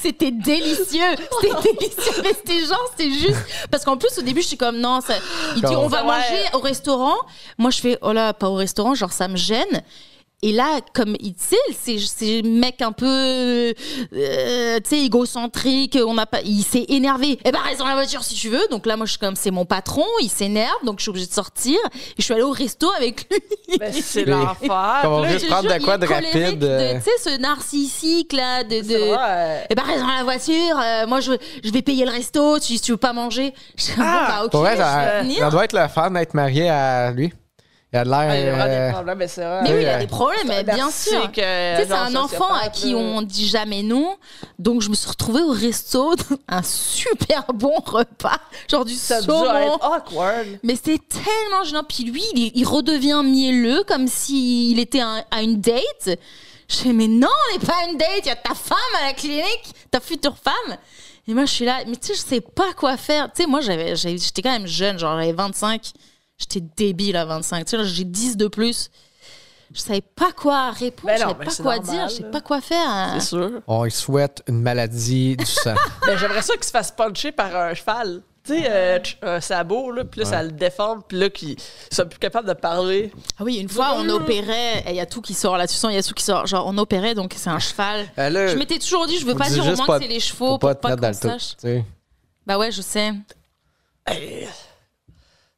S3: C'était délicieux. C'était délicieux. Mais c'était genre, c'était juste. Parce qu'en plus, au début, je suis comme, non, ça... il dit, on va
S2: Ouais.
S3: manger au restaurant. Moi, je fais, oh là, pas au restaurant, genre, ça me gêne. Et là, comme il tu sais, c'est c'est un mec un peu, euh, tu sais, égocentrique. On n'a pas, il s'est énervé. Eh ben, reste dans la voiture si tu veux. Donc là, moi, je suis comme, c'est mon patron, il s'énerve, donc je suis obligée de sortir. Et je suis allée au resto avec lui.
S2: Ben, c'est
S1: Mais-
S2: l'enfer!
S1: Comment
S2: là.
S1: on veut
S3: Je te
S1: se prendre
S3: jure,
S1: de quoi
S3: il
S1: de
S3: est colérique
S1: rapide?
S3: de-
S1: euh,
S3: Tu sais, ce narcissique là de.
S2: C'est
S3: de...
S2: vrai. hein.
S3: Eh ben, reste dans la voiture. euh, moi, je, je vais payer le resto. Tu, tu veux pas manger Je suis comme,
S2: Ah,
S3: bon, bah, ok,
S1: Pour vrai,
S3: je vais
S1: ça,
S3: venir.
S1: ça doit être le fun d'être marié à lui. Il a de
S2: Ah, Il y a vraiment des
S1: l'air. euh,
S2: problèmes, mais c'est vrai.
S3: Mais oui, il
S1: euh,
S3: a des problèmes, mais bien
S2: Narcissique,
S3: sûr.
S2: euh,
S3: Tu sais, c'est
S2: genre
S3: un enfant à
S2: sociopathe, euh.
S3: qui
S2: là.
S3: on dit jamais non. Donc, je me suis retrouvée au resto, un super bon repas, genre du
S2: Ça doit
S3: saumon.
S2: être awkward.
S3: Mais c'était tellement gênant. Puis lui, il, est- il redevient mielleux comme s'il était un- à une date. Je fais, mais non, on n'est pas à une date. Il y a ta femme à la clinique, ta future femme. Et moi, je suis là, mais tu sais, je sais pas quoi faire. Tu sais, moi, j'avais, j'avais- j'étais quand même jeune, genre j'avais 25. J'étais débile à 25. Tu sais, là, j'ai 10 de plus. Je savais pas quoi répondre,
S2: Ben
S3: je
S2: non,
S3: savais
S2: mais
S3: pas
S2: c'est
S3: quoi
S2: normal,
S3: dire, je savais
S2: là.
S3: pas quoi faire.
S2: C'est sûr.
S1: On lui souhaite une maladie du sang.
S2: Mais j'aimerais ça qu'il se fasse puncher par un cheval. Tu sais, euh, ch- un sabot, là, puis là, ça le déforme, puis là, qu'il soit plus capable de parler.
S3: Ah oui, une fois,
S2: Mmh.
S3: on opérait, et il y a tout qui sort là-dessus, il y a tout qui sort. Genre, on opérait, donc c'est un cheval.
S1: Euh, là,
S3: Je m'étais toujours dit, je veux
S1: on
S3: pas
S1: dit
S3: dire au
S1: juste
S3: moins
S1: pas-
S3: que c'est les chevaux
S1: faut
S3: pour
S1: pas
S3: pas,
S1: te mettre dans le
S3: qu'on
S1: tout.
S3: sache.
S1: tu sais.
S3: Bah ouais, je sais.
S2: Hey.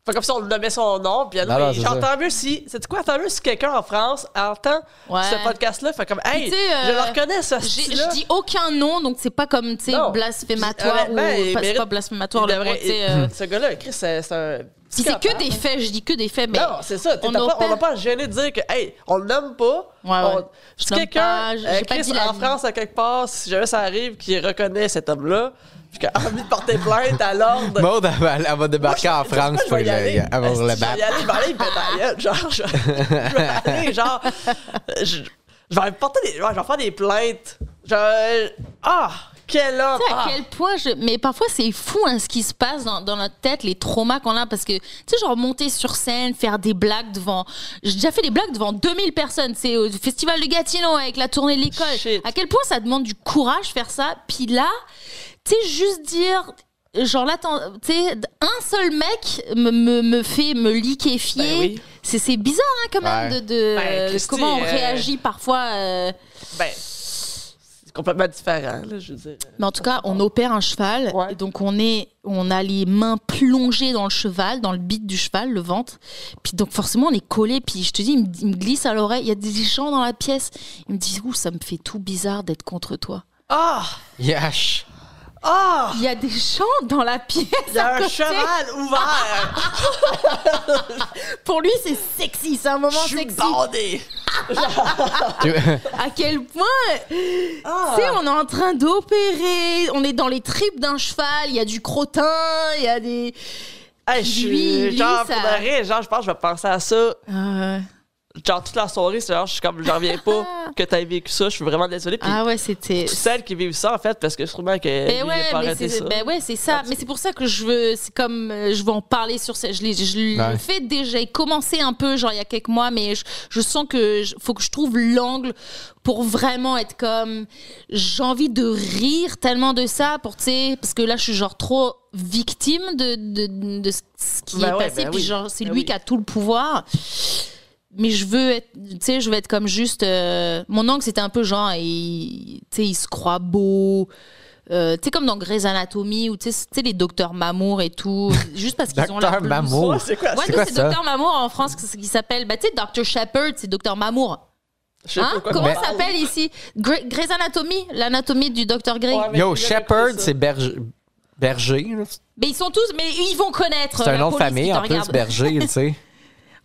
S2: Fait comme si on nommait son nom, puis il y en a,
S1: Non, non,
S2: mais
S1: c'est
S2: genre,
S1: ça.
S2: tant mieux si. C'est quoi, tant mieux si quelqu'un en France entend
S3: Ouais.
S2: ce podcast-là, fait comme, hey,
S3: Puis tu sais,
S2: je
S3: euh,
S2: le reconnais, ça,
S3: J'ai-
S2: style-là.
S3: Je dis aucun nom, donc c'est pas comme, tu sais,
S2: Ah, Non.
S3: blasphématoire
S2: Je-
S3: ou...
S2: honnêtement, il
S3: pas- C'est
S2: mérite-
S3: pas blasphématoire,
S2: Il
S3: le
S2: devrait-
S3: mot, tu sais, euh,
S2: Ce gars-là, Chris, c'est c'est un.
S3: Puis c'est que des faits, je dis que des faits, mais...
S2: non, c'est ça. t'es-
S3: on
S2: t'as pas- On
S3: opère.
S2: n'a pas à se gêner de dire que, hey, on le nomme pas.
S3: Ouais, ouais.
S2: On- Si
S3: Je nomme
S2: quelqu'un,
S3: pas, j'ai-
S2: euh,
S3: j'ai pas
S2: Chris,
S3: dit la
S2: en
S3: vie.
S2: France, à quelque part, si jamais ça arrive, qui reconnaît cet homme-là, puis qu'il a envie de porter plainte à l'ordre.
S1: Maud, elle va, elle va débarquer en France
S2: Je
S1: pour
S2: vais y
S1: le-
S2: aller.
S1: elle va vous le
S2: Esti, Je vais y
S1: battre.
S2: aller, je vais aller, me péter la gueule, genre, je vais, je vais aller, genre, je, je vais porter des, ouais, je vais faire des plaintes. Je, ah, quel homme!
S3: Tu sais à
S2: ah.
S3: quel point je. Mais parfois, c'est fou hein, ce qui se passe dans, dans notre tête, les traumas qu'on a. Parce que, tu sais, genre, monter sur scène, faire des blagues devant. J'ai déjà fait des blagues devant 2000 personnes. C'est au Festival de Gatineau avec la tournée de l'école.
S2: Shit.
S3: À quel point ça demande du courage faire ça. Puis là, tu sais, juste dire. Genre là, t'en- tu sais, un seul mec me, me, me fait me liquéfier.
S2: Ben oui.
S3: C'est c'est bizarre hein, quand même
S1: Ouais.
S3: de, de-
S2: Ben, Christy,
S3: comment on
S2: euh,
S3: réagit parfois. euh,
S2: Ben, c'est complètement différent, là, je veux dire.
S3: Mais en tout cas, on opère un cheval.
S2: Ouais.
S3: Et donc, on, est, on a les mains plongées dans le cheval, dans le bit du cheval, le ventre. Puis donc, forcément, on est collé. Puis je te dis, il me, il me glisse à l'oreille. Il y a des gens dans la pièce. Ils me disent, ouh, ça me fait tout bizarre d'être contre toi.
S2: Ah!
S1: Yash!
S2: Ah!
S3: Il y a des gens dans la pièce.
S2: Il y a
S3: à
S2: un
S3: côté.
S2: cheval
S3: Ah,
S2: ouvert!
S3: Pour lui, c'est sexy. C'est un moment
S2: Je suis
S3: sexy.
S2: bandé!
S3: Ah,
S1: Tu-
S3: À quel point
S2: Ah!
S3: Tu sais, on est en train d'opérer, on est dans les tripes d'un cheval, il y a du crottin, il y a des...
S2: Hey, je
S3: lui,
S2: suis.
S3: lui,
S2: Genre, pour
S3: ça-
S2: de vrai, genre, je pense que je vais penser à ça
S3: Ah ouais.
S2: genre toute la soirée, c'est genre, je suis comme, j'en reviens pas que t'aies vécu ça, je suis vraiment désolée. Puis
S3: Ah ouais, c'était.
S2: toutes celles qui vivent ça, en fait, parce que je trouve bien que. lui, il
S3: Ben
S2: a
S3: ouais,
S2: pas
S3: mais
S2: arrêté
S3: c'est
S2: ça. Bah,
S3: ben ouais, c'est ça. Mais c'est pour ça que je veux, c'est comme euh, je veux en parler sur ça. Je, l'ai- je l'ai
S1: Ouais.
S3: fait déjà, j'ai commencé un peu genre il y a quelques mois, mais je, je sens que je- faut que je trouve l'angle pour vraiment être comme j'ai envie de rire tellement de ça pour tu sais parce que là je suis genre trop victime de de, de ce qui
S2: Ben
S3: est
S2: ouais,
S3: passé
S2: ben
S3: puis
S2: oui.
S3: genre c'est
S2: Ben
S3: lui
S2: oui.
S3: qui a tout le pouvoir. Mais je veux être, tu sais, je veux être comme juste. euh, mon angle, c'était un peu genre, il, tu sais, il se croit beau, euh, tu sais, comme dans Grey's Anatomy, ou tu sais, tu sais, les docteurs Mamour et tout, juste parce qu'ils ont la
S1: Docteur
S3: blouse.
S1: Mamour.
S2: Ouais, Oh. c'est quoi?
S3: Ouais,
S1: C'est
S3: nous,
S1: quoi
S3: c'est
S1: ça?
S3: Docteur Mamour en France qui qui s'appelle, bah, tu sais, Dr Shepherd, c'est Docteur Mamour.
S2: Je sais
S3: Hein
S2: pas quoi
S3: Comment
S2: qu'on
S3: ça
S2: parle.
S3: s'appelle ici Grey- Grey's Anatomy, l'anatomie du Docteur Grey.
S2: Ouais, mais
S1: Yo,
S2: il a écrit
S1: Shepherd,
S2: ça.
S1: c'est berger. Berger, là.
S3: Mais ils sont tous, mais ils vont connaître.
S1: c'est un
S3: la
S1: nom de
S3: police qui
S1: famille
S3: te
S1: en plus,
S3: regarde.
S1: berger, tu sais.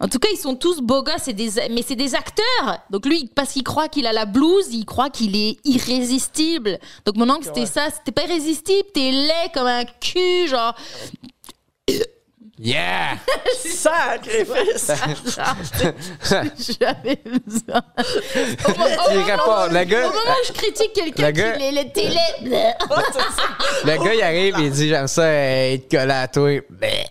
S3: En tout cas, ils sont tous beaux gosses, et des, mais c'est des acteurs. Donc lui, parce qu'il croit qu'il a la blouse, il croit qu'il est irrésistible. Donc mon angle, c'était
S2: Ouais.
S3: ça, c'était pas irrésistible, t'es laid comme un cul, genre...
S1: Yeah!
S2: Sacrifice!
S3: J'avais besoin. Au moment- au
S1: Il
S3: moment-
S1: répond, le
S3: Au
S1: gars,
S3: moment où je critique quelqu'un
S1: Le
S3: qui
S1: gars-
S3: est le télé...
S1: le gars, il arrive et il dit J'aime ça euh, être collé à toi. Bleh.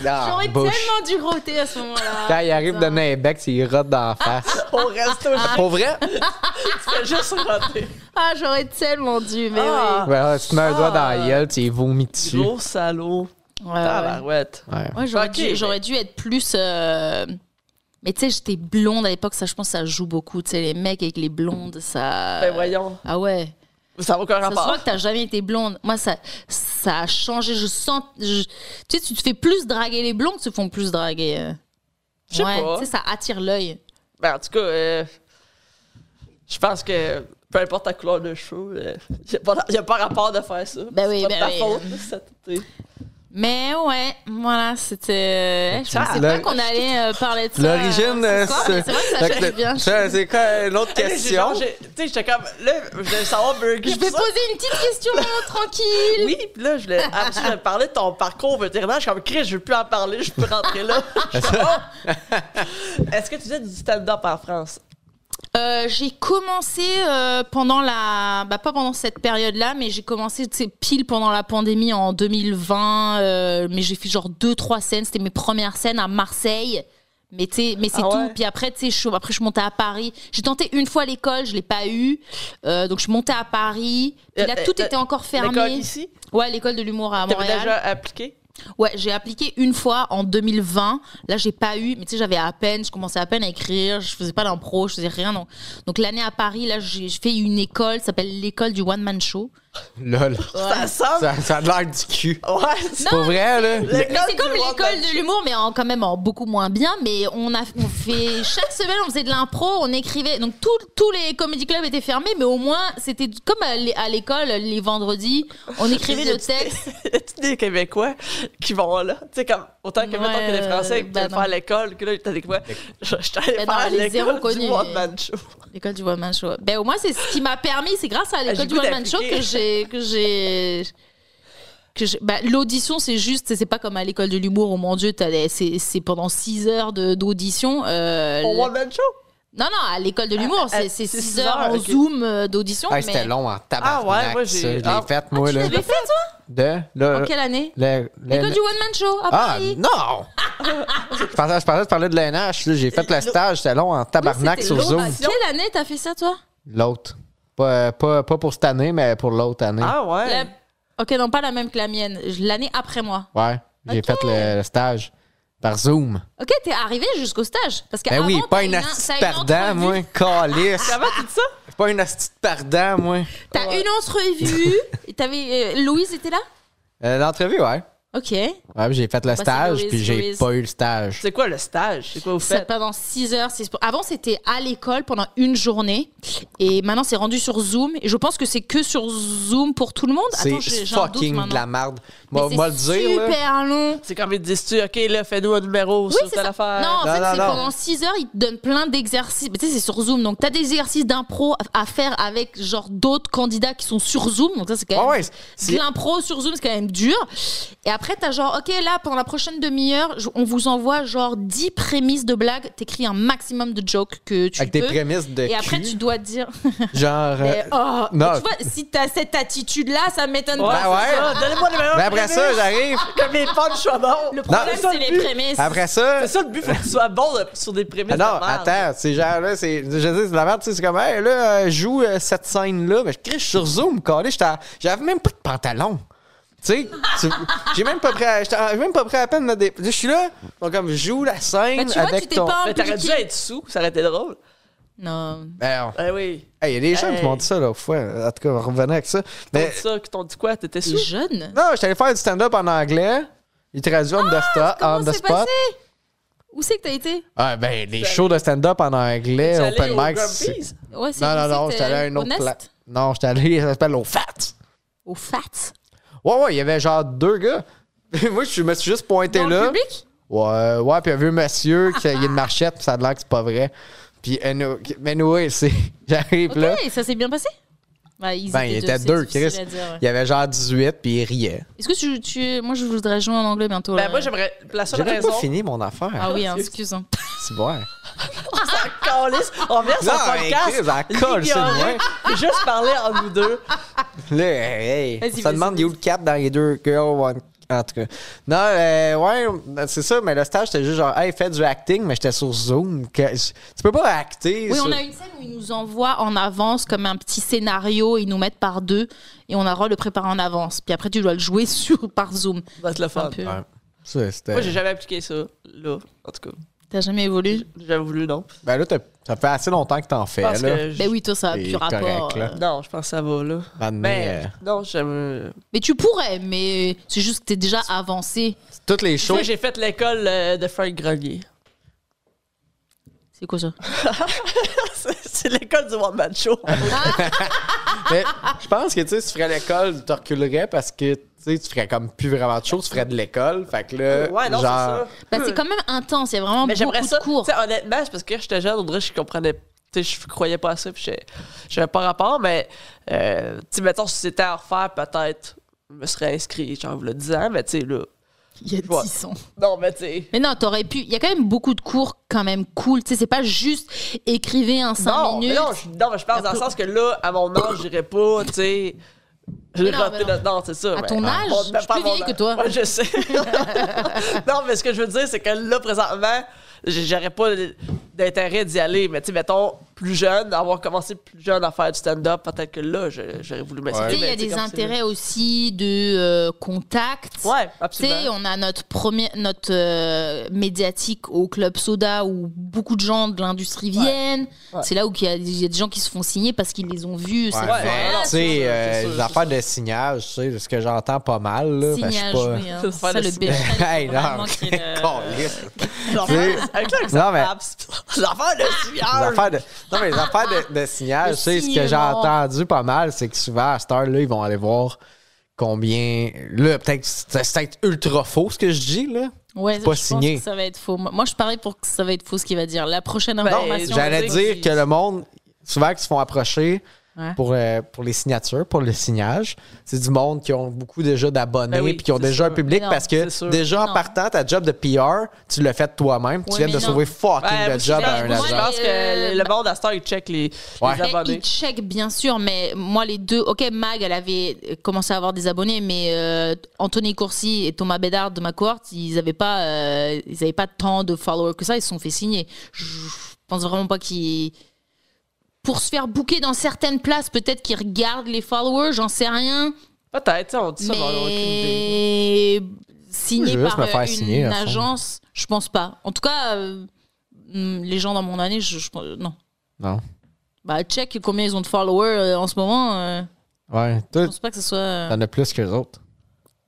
S1: Dans
S3: J'aurais
S1: la Ah, bouche.
S3: tellement dû roter à ce moment-là.
S1: Quand il arrive de donner un bec, il rote dans
S3: Ah,
S1: la face.
S2: Au resto, je
S1: Pour vrai?
S2: fais juste rater.
S3: Ah, j'aurais tellement dû, mais
S2: Ah.
S3: oui.
S1: Ben Ouais, tu te mets un doigt dans la
S2: Ah.
S1: gueule, tu y vomis dessus.
S2: Gros salaud.
S3: Ouais, Ah ouais.
S2: Tabarouette.
S1: Ouais.
S3: Ouais, j'aurais,
S2: Ok,
S3: dû,
S2: mais-
S3: j'aurais dû être plus. euh, Mais tu sais, j'étais blonde à l'époque, ça, je pense, que ça joue beaucoup. Tu sais, les mecs avec les blondes, ça.
S2: Ben voyons.
S3: Ah ouais.
S2: Ça n'a aucun
S3: Ça se voit
S2: rapport.
S3: que t'as jamais été blonde. Moi, ça, ça a changé. Je sens. je- Tu sais, tu te fais plus draguer. Les blondes se font plus draguer. euh.
S2: Je sais
S3: ouais,
S2: pas.
S3: Tu sais, ça attire l'œil.
S2: Ben, en tout cas, euh, je pense que peu importe ta couleur de cheveux, il n'y a, pas rapport de faire ça.
S3: Ben oui,
S2: c'est pas
S3: ben
S2: de ta
S3: oui.
S2: faute. ça, t'es-
S3: Mais ouais, voilà, c'était. Je
S1: Ça,
S3: pensais
S1: la-
S3: pas qu'on allait euh, parler de ça.
S1: L'origine,
S3: euh,
S1: euh,
S3: ce soir, mais c'est vrai que ça
S1: Fait
S3: change
S1: que
S3: bien.
S1: le- ça, C'est quoi l'autre
S2: Hey, là, j'ai genre-
S1: question?
S2: j'ai- Tu sais, j'étais comme. Là, je voulais savoir, Burger.
S3: Je vais poser une petite question euh, tranquille.
S2: Oui, puis là, je voulais, ah, je voulais parler de ton parcours vétérinaire. Je suis comme, Chris, je veux plus en parler, je peux rentrer là. Je suis comme, oh! Est-ce que tu faisais du stand-up en France?
S3: Euh, j'ai commencé euh, pendant la, bah, pas pendant cette période-là, mais j'ai commencé tu sais, pile pendant la pandémie en 2020. euh, mais j'ai fait genre deux trois scènes. C'était mes premières scènes à Marseille. Mais tu sais, mais c'est
S2: Ah ouais.
S3: tout. Puis après, tu sais, je suis- après je suis montée à Paris. J'ai tenté une fois l'école, je l'ai pas eu. Euh, donc je suis montée à Paris. Puis
S2: Euh,
S3: là,
S2: euh,
S3: tout
S2: euh,
S3: était encore
S2: L'école
S3: fermé.
S2: ici?
S3: Ouais, l'école de l'humour à
S2: T'avais
S3: Montréal.
S2: déjà appliqué?
S3: Ouais, j'ai appliqué une fois en 2020. Là, j'ai pas eu, mais tu sais, j'avais à peine, je commençais à peine à écrire, je faisais pas d'impro, je faisais rien. Donc, donc l'année à Paris, là, j'ai j'ai fait une école, ça s'appelle l'école du One Man Show.
S1: Lol.
S2: Ça semble.
S1: Ça, ça a l'air du cul.
S2: Ouais, c'est-
S3: Non,
S1: Pour vrai, là?
S3: Mais c'est comme
S2: du One Man
S3: l'école de l'humour, mais en, quand même en beaucoup moins bien. Mais on a on fait chaque semaine, on faisait de l'impro, on écrivait. Donc tout- tous les comedy clubs étaient fermés, mais au moins c'était comme à l'é- à l'école les vendredis, on écrivait nos textes.
S2: Y a-tu des Québécois qui vont là? Tu sais, comme, autant que,
S3: Ouais,
S2: mettons, que les Français qui
S3: ben
S2: veulent
S3: non.
S2: faire à l'école, que là, t'as des quoi? Je je t'allais
S3: Ben
S2: faire
S3: non,
S2: à
S3: les zéro
S2: l'école
S3: connus.
S2: du One Man Show.
S3: L'école du One Man Show. Ben, au moins, c'est ce qui m'a permis, c'est grâce à
S2: Ah, j'ai
S3: l'école du
S2: goût
S3: One Man Show
S2: d'appliquer.
S3: que j'ai. que j'ai. que j'ai- ben, L'audition, c'est juste, c'est pas comme à l'école de l'humour, oh mon dieu, t'as les- c'est c'est pendant 6 heures de- d'audition. euh,
S2: Au
S3: la-
S2: One Man Show?
S3: Non, non, à l'école de l'humour, c'est
S2: Ah, c'est
S3: 6
S2: six
S3: heures
S2: heures,
S3: en
S2: ok.
S3: Zoom euh, d'audition.
S1: Hey, Ah, C'était
S3: mais-
S1: long en tabarnak.
S2: Ah ouais, moi,
S1: ça.
S2: j'ai-
S1: Je l'ai
S2: Ah.
S1: faite, moi,
S3: Tu
S1: là.
S3: l'avais fait, toi
S1: De? Là,
S3: En quelle année
S1: le- le-
S3: L'école du One Man Show, à
S1: Ah,
S3: Paris.
S1: non! je, pensais, je pensais que tu parlais de l'NH. là. J'ai fait le stage, c'était long en
S3: Oui,
S1: tabarnak
S3: c'était
S1: sur
S3: long.
S1: Zoom.
S3: À Quelle année t'as fait ça, toi
S1: L'autre. Pas, euh, pas, pas pour cette année, mais pour l'autre année.
S2: Ah ouais.
S3: La- Ok, non, pas la même que la mienne. Je- L'année après moi.
S1: Ouais. J'ai
S3: Ok.
S1: fait le, le stage par Zoom.
S3: Ok, t'es arrivé jusqu'au stage. Parce que
S1: Ben oui,
S3: avant,
S1: pas
S3: t'as
S1: une
S3: t'as
S1: astite
S3: une
S1: perdant,
S3: entrevue.
S1: moi. Calice.
S2: Comment tu dis ça?
S1: pas une astite perdant, moi.
S3: T'as
S2: Ouais.
S3: une entrevue. et t'avais, euh, Louise était là
S1: Euh, L'entrevue, ouais.
S3: Ok.
S1: Ouais, puis j'ai fait le
S3: Bah, c'est
S1: stage,
S3: Louise,
S1: puis j'ai
S3: Louise.
S1: pas eu le stage.
S2: C'est quoi le stage? C'est quoi vous
S3: Ça,
S2: faites?
S3: pendant 6 heures. six- Avant, c'était à l'école pendant une journée. Et maintenant, c'est rendu sur Zoom. Et je pense que c'est que sur Zoom pour tout le monde. Attends, j'ai-
S1: C'est
S3: j'ai un doute
S1: fucking
S3: maintenant.
S1: de la merde.
S3: Mais
S1: Moi,
S3: c'est
S1: moi le dire, là.
S3: super long.
S2: C'est quand ils te disent-tu, OK, là, fais-nous un numéro
S3: Oui,
S2: sur
S3: c'est
S2: telle
S3: ça.
S2: affaire.
S3: Non, en
S1: Non,
S3: fait,
S1: non,
S3: c'est
S1: non.
S3: pendant 6 heures, ils te donnent plein d'exercices. Mais Tu sais, c'est sur Zoom. Donc, t'as des exercices d'impro à faire avec genre
S1: Ah
S3: d'autres candidats qui sont sur Zoom. Donc, ça, c'est quand même.
S1: Ouais, ouais, c'est-
S3: De L'impro sur Zoom, c'est quand même dur. Et après, t'as genre, OK, là, pendant la prochaine demi-heure, je- on vous envoie genre 10 prémices de blagues. T'écris un maximum de jokes que tu
S1: Avec
S3: peux.
S1: des prémices de
S3: et après,
S1: cul,
S3: tu dois dire.
S1: genre... euh,
S3: Eh, oh,
S1: non.
S3: Tu vois, si t'as cette attitude-là, ça m'étonne
S2: Ben Ouais,
S3: pas.
S1: bah ouais.
S2: c'est ça. Donnez-moi les
S3: oh,
S2: meilleurs.
S1: mais après ça, j'arrive...
S2: Que mes punchs soient bons.
S3: Le problème,
S1: c'est
S2: ça
S3: c'est
S2: le
S3: les
S2: but.
S3: prémices.
S1: Après ça...
S2: C'est ça le but, faut que tu sois bon là, sur des prémices.
S1: Ah non,
S2: de merde.
S1: attends, c'est genre là, c'est, je dis, c'est la merde, tu sais, c'est comme, hey, là, euh, joue euh, cette scène-là, mais je crie, je suis sur Zoom, calé, j'étais à- j'avais même pas de pantalon. Tu sais, tu- j'ai même pas pris, à- j'étais à- j'ai même pas pris à peine de mettre des- Je suis là, donc comme, joue la scène
S3: Mais Bah, Ben, tu vois,
S1: avec
S3: tu t'es
S1: ton.
S3: pas-
S2: Mais t'aurais dû être sous, ça aurait été drôle.
S3: Non.
S1: Ben,
S2: Ah oui.
S1: hey, il y a des gens
S2: Hey.
S1: qui m'ont dit ça, là, au fond. En tout cas, on revenait avec ça.
S2: Mais...
S1: Mais,
S2: ça, que t'ont dit quoi? T'étais
S3: T'es
S2: sous?
S3: jeune.
S1: non, j'étais allé faire du stand-up en anglais. Il traduit on the, spot-
S3: Ah, Comment
S1: on the
S3: c'est
S1: spot.
S3: passé Où c'est que t'as été
S1: Ah, ben, les shows de stand-up en anglais,
S2: T'es allé
S1: open
S2: au
S1: mic. c'est-
S2: Grumpy's?
S3: Ouais, c'est euh,
S1: Non,
S3: où
S1: non,
S3: c'est
S1: non,
S3: que
S1: j'étais allé à un
S3: au
S1: autre
S3: Nest
S1: pla- Non, j'étais allé, ça s'appelle au Fat.
S3: Au Fat.
S1: Ouais, ouais, il y avait genre deux gars. Moi, je me suis juste pointé
S3: Dans
S1: là.
S3: le public Ah,
S1: Ouais, ouais, puis il y avait un monsieur qui a il y a une marchette, puis ça a l'air que c'est pas vrai. Puis, anyway, mais anyway, c'est. J'arrive là.
S3: Ok, ça s'est bien passé bah, ils
S1: Ben, il était deux,
S3: c'est
S1: Chris.
S3: difficile à dire, ouais.
S1: Il y avait genre 18, puis il riait.
S3: Est-ce que tu, tu- Moi, je voudrais jouer en anglais bientôt. là.
S2: Ben moi, j'aimerais... La seule
S1: J'avais
S2: raison...
S1: pas fini mon affaire.
S3: Ah oui, hein, excuse. hein.
S1: C'est bon.
S2: Calisse, on vient sur
S1: Non,
S2: le
S1: mais
S2: podcast.
S1: Chris, elle colle, c'est
S2: l'ignorer,
S1: loin.
S2: Juste parler entre nous deux.
S1: Là, hey,
S3: Vas-y,
S1: ça
S3: vas-y,
S1: demande il y a où le cap dans les deux girls. one- En tout cas. Non, euh, ouais, c'est ça, mais le stage, c'était juste genre, hey, fais du acting, mais j'étais sur Zoom. que- tu peux pas acter.
S3: Oui,
S1: sur-
S3: on a une scène où ils nous envoient en avance comme un petit scénario, ils nous mettent par deux et on a le droit de le préparer en avance. Puis après, tu dois le jouer sur, par Zoom.
S2: Ça va être le
S3: C'est un
S2: fun.
S3: peu-
S1: Ouais. Ça, c'était-
S2: Moi, j'ai jamais appliqué ça, là. En tout cas,
S3: T'as jamais évolué
S2: j'ai jamais voulu, non.
S1: Ben là, t'as- ça fait assez longtemps que t'en fais.
S2: Parce
S1: là.
S2: que... je-
S3: Ben oui, toi, ça a
S1: Et
S3: plus rapport.
S1: correct, là.
S3: euh.
S2: Non, je pense que ça va, là.
S1: Maintenant,
S2: Mais
S1: euh,
S2: non, j'aime...
S3: Mais tu pourrais, mais c'est juste que t'es déjà avancé.
S1: toutes les
S2: Tu
S1: shows.
S2: sais, j'ai fait l'école euh, de Frank Grenier.
S3: C'est quoi ça
S2: C'est c'est l'école du One Man Show.
S1: Mais ben, je pense que tu sais, si tu ferais l'école, tu te reculerais parce que tu sais, tu ferais comme plus vraiment de shows, tu ferais de l'école. Fait que là,
S2: ouais, non,
S1: genre.
S2: c'est ça.
S3: Bah, C'est quand même intense, il y a vraiment
S2: Mais j'aimerais
S3: beaucoup
S2: ça.
S3: de cours.
S2: Tu sais, honnêtement, c'est parce que j'étais jeune, on dirait que je comprenais. Tu sais, je croyais pas à ça, puis j'ai- j'avais pas rapport, mais euh, tu sais, mettons, si c'était à refaire, peut-être, je me serais inscrit, genre, le 10 ans, mais tu sais, là.
S3: Il y a
S2: Ouais.
S3: 10 ans.
S2: Non, mais tu sais.
S3: Mais non, t'aurais pu. Il y a quand même beaucoup de cours quand même cool. Tu sais, c'est pas juste écrivez un 5
S2: Non, mais
S3: minutes.
S2: non, je, non, mais je pense dans le sens que là, à mon âge, j'irais pas, tu sais. J'ai
S3: Mais non, mais
S2: raté
S3: non.
S2: là-dedans, c'est ça.
S3: À
S2: mais-
S3: ton âge,
S2: Bon,
S3: je
S2: ben,
S3: suis
S2: pas
S3: plus
S2: mon
S3: vieille
S2: âge.
S3: que toi.
S2: Ouais, je sais. non, mais ce que je veux dire, c'est que là, présentement, j- j'aurais pas d'intérêt d'y aller. Mais tu sais, mettons, plus jeune, avoir commencé plus jeune à faire du stand-up, peut-être que là, je- j'aurais voulu
S1: Ouais.
S3: Tu
S2: m'inscrire.
S3: sais, il y a
S2: Ah mais tu sais,
S3: des
S2: comme c'est-
S3: intérêts aussi de euh, contact.
S2: Ouais, ben.
S3: Tu sais,
S2: absolument.
S3: on a notre premier, notre euh, médiatique au club soda où beaucoup de gens de l'industrie viennent.
S2: Ouais.
S3: C'est là où il y, a- il y a des gens qui se font signer parce qu'ils les ont vus. cette
S1: Ouais,
S3: fois.
S1: mais,
S2: non,
S1: tu
S2: c'est
S1: sais,
S2: sûr,
S1: euh,
S2: c'est sûr,
S1: les
S2: c'est
S1: affaires de signage, tu sais, de ce que j'entends pas mal. Là, ben, je suis
S3: Signage,
S1: pas...
S3: oui, hein.
S2: Ça,
S3: C'est
S2: c'est
S3: ça
S2: pas
S3: le
S2: le
S3: bébé.
S1: Hey, non, Calisse.
S2: Genre,
S1: C'est-
S2: Avec là, avec
S1: Non,
S2: sa
S1: mais-
S2: femme, c'est- L'affaire de
S1: Les
S2: sueur.
S1: affaires de... Non, mais les affaires de, de signage,
S3: Le
S1: tu sais, ce que
S3: signement.
S1: j'ai entendu pas mal, c'est que souvent, à cette heure-là, ils vont aller voir combien. Là, peut-être que c'est c'est peut-être ultra faux ce que je dis, là.
S3: Ouais,
S1: pas
S3: je
S1: signé.
S3: pense que ça va être faux. Moi, je parie pour que ça va être faux ce qu'il va dire. La prochaine
S2: Ben,
S3: information.
S1: J'allais
S2: on
S1: dire
S2: sait
S1: que le monde, souvent, qui se font approcher
S3: Ouais.
S1: pour, euh, pour les signatures, pour le signage, c'est du monde qui ont beaucoup déjà d'abonnés
S2: Ben oui,
S1: puis qui ont
S2: c'est
S1: déjà
S2: sûr.
S1: un public
S3: Mais non,
S1: parce que
S2: c'est sûr.
S1: déjà en
S3: Non.
S1: partant, ta job de PR, tu l'as fait toi-même. tu
S3: Ouais,
S1: viens
S3: mais
S1: de
S3: non.
S1: sauver fucking
S2: Ouais,
S1: le
S2: moi,
S1: job
S2: je-
S1: à un
S2: moi,
S1: agent.
S2: je
S3: agent.
S2: pense que le- le monde à cette heure, il check les,
S1: Ouais.
S2: les
S3: Mais
S2: abonnés.
S3: il check bien sûr, mais moi les deux, ok Mag elle avait euh, commencé à avoir des abonnés, mais euh, Anthony Courcy et Thomas Bédard de ma cohorte, ils n'avaient pas, euh, ils avaient pas tant de followers que ça, ils se sont fait signer. Je pense vraiment pas qu'ils pour se faire bouquer dans certaines places, peut-être qu'ils regardent les followers, j'en sais rien,
S2: Peut-être, tu sais, on dit ça, mais on a aucune idée.
S3: mais signé
S1: Je veux juste
S3: par
S1: me faire
S3: euh, une
S1: signer, à fond.
S3: agence, je pense pas. En tout cas, euh, hum, les gens dans mon année, je, je pense- non.
S1: Non.
S3: Bah, check combien ils ont de followers euh, en ce moment. euh,
S1: Ouais.
S3: je
S1: Toi,
S3: pense pas que ce soit. euh,
S1: t'en as plus que les autres.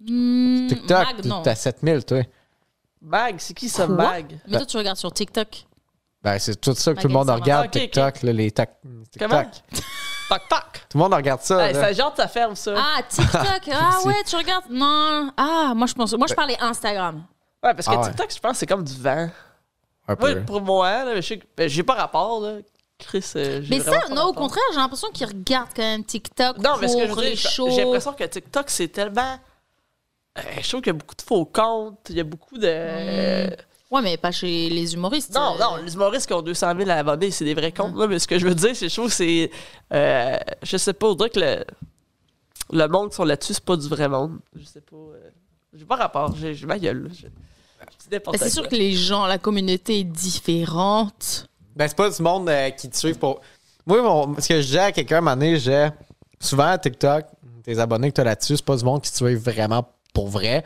S3: hmm,
S1: TikTok,
S3: Mag, non.
S1: t'as 7000, toi.
S2: Mag, c'est qui ça,
S3: Quoi?
S2: Mag?
S3: Mais toi, tu regardes sur TikTok.
S1: Ben, c'est tout ça que tout le
S3: Magazine,
S1: monde
S3: ça
S1: regarde,
S2: va. Ok, ok.
S1: TikTok, là, les tac-
S2: Comment?
S1: TikTok.
S2: Toc, toc!
S1: Tout le monde regarde ça.
S2: Hey,
S1: Ah, là.
S2: ça genre ta ferme, ça.
S3: Ah, TikTok. ah
S1: Si.
S3: ouais, tu regardes. Non. Ah, moi, je pense. Moi, je parlais Instagram.
S2: Ouais, parce que
S1: Ah ouais.
S2: TikTok, je pense que c'est comme du vent.
S1: Un
S2: Moi,
S1: peu.
S2: pour moi, là, je sais que- ben, j'ai pas rapport, là. Chris, euh, j'ai
S3: Mais
S2: vraiment pas
S3: ça, non, au
S2: rapport.
S3: contraire, j'ai l'impression qu'ils regardent quand même TikTok.
S2: Non, mais ce que je
S3: pour
S2: veux
S3: les
S2: dire, j'ai-
S3: shows.
S2: j'ai l'impression que TikTok, c'est tellement euh, je trouve qu'il y a beaucoup de faux comptes, il y a beaucoup
S3: Mm.
S2: de.
S3: Ouais, mais pas chez les humoristes.
S2: Non,
S3: euh,
S2: non, les humoristes qui ont 200 000 abonnés, c'est des vrais comptes. là, mais ce que je veux dire, c'est je trouve que c'est. euh, je sais pas, on dirait que le, le monde qui sont là-dessus, c'est pas du vrai monde. Je sais pas. euh, j'ai pas rapport, j'ai j'ai ma gueule. là, je- C'est n'importe
S3: Ben, c'est sûr
S2: quoi.
S3: que les gens, la communauté est différente.
S1: Ben, c'est pas du monde euh, qui te suivent pour. Moi, mon- ce que je dis à quelqu'un, à un moment donné, j'ai souvent à TikTok, tes abonnés que t'as là-dessus, c'est pas du monde qui te suit vraiment pour vrai.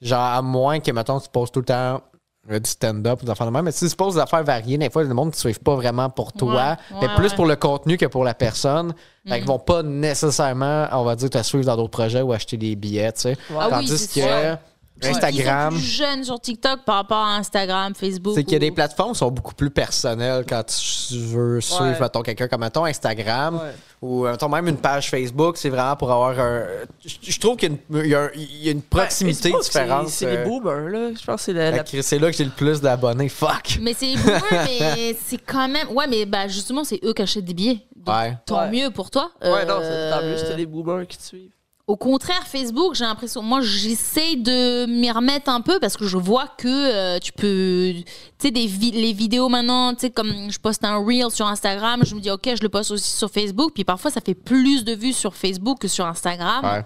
S1: Genre, à moins que, mettons, tu poses tout le temps euh, du stand-up ou des affaires de même. Mais si tu poses des affaires variées, des fois, le monde ne te suit pas vraiment pour toi,
S3: Ouais,
S1: mais
S3: ouais,
S1: plus
S3: ouais. Mm.
S1: pour le contenu que pour la personne. Fait qu'ils vont pas nécessairement, on va dire, te suivre dans d'autres projets ou acheter des billets, tu sais.
S3: Ah oui,
S1: Tandis
S3: c'est
S1: que
S3: sûr.
S1: Instagram.
S3: Ils sont plus jeunes sur TikTok par rapport à Instagram, Facebook.
S1: C'est qu'il y a des
S3: ou-
S1: plateformes qui sont beaucoup plus personnelles quand tu veux suivre,
S2: Ouais.
S1: mettons, quelqu'un comme, mettons, Instagram
S2: Ouais.
S1: ou, euh, mettons, même une page Facebook. C'est vraiment pour avoir un... Je, je trouve qu'il y a une- il y, a un- il y a une proximité
S2: Ouais, Facebook, c'est-
S1: différente.
S2: C'est les
S1: euh,
S2: boomers, là. Je pense que c'est la. la-
S1: fait que C'est là que j'ai le plus d'abonnés. Fuck!
S3: Mais c'est boomer, mais c'est quand même. Ouais, mais bah, justement, c'est eux qui achètent des billets. Donc,
S1: Ouais.
S3: Tant
S2: Ouais.
S3: mieux pour toi.
S2: Ouais, non, c'est
S3: Euh,
S2: tant mieux, c'est les boomers qui te suivent.
S3: Au contraire, Facebook, j'ai l'impression. Moi, j'essaie de m'y remettre un peu parce que je vois que euh, tu peux. Tu sais, des vi- les vidéos maintenant, tu sais, comme je poste un reel sur Instagram, je me dis, OK, je le poste aussi sur Facebook. Puis parfois, ça fait plus de vues sur Facebook que sur Instagram.
S1: Ouais.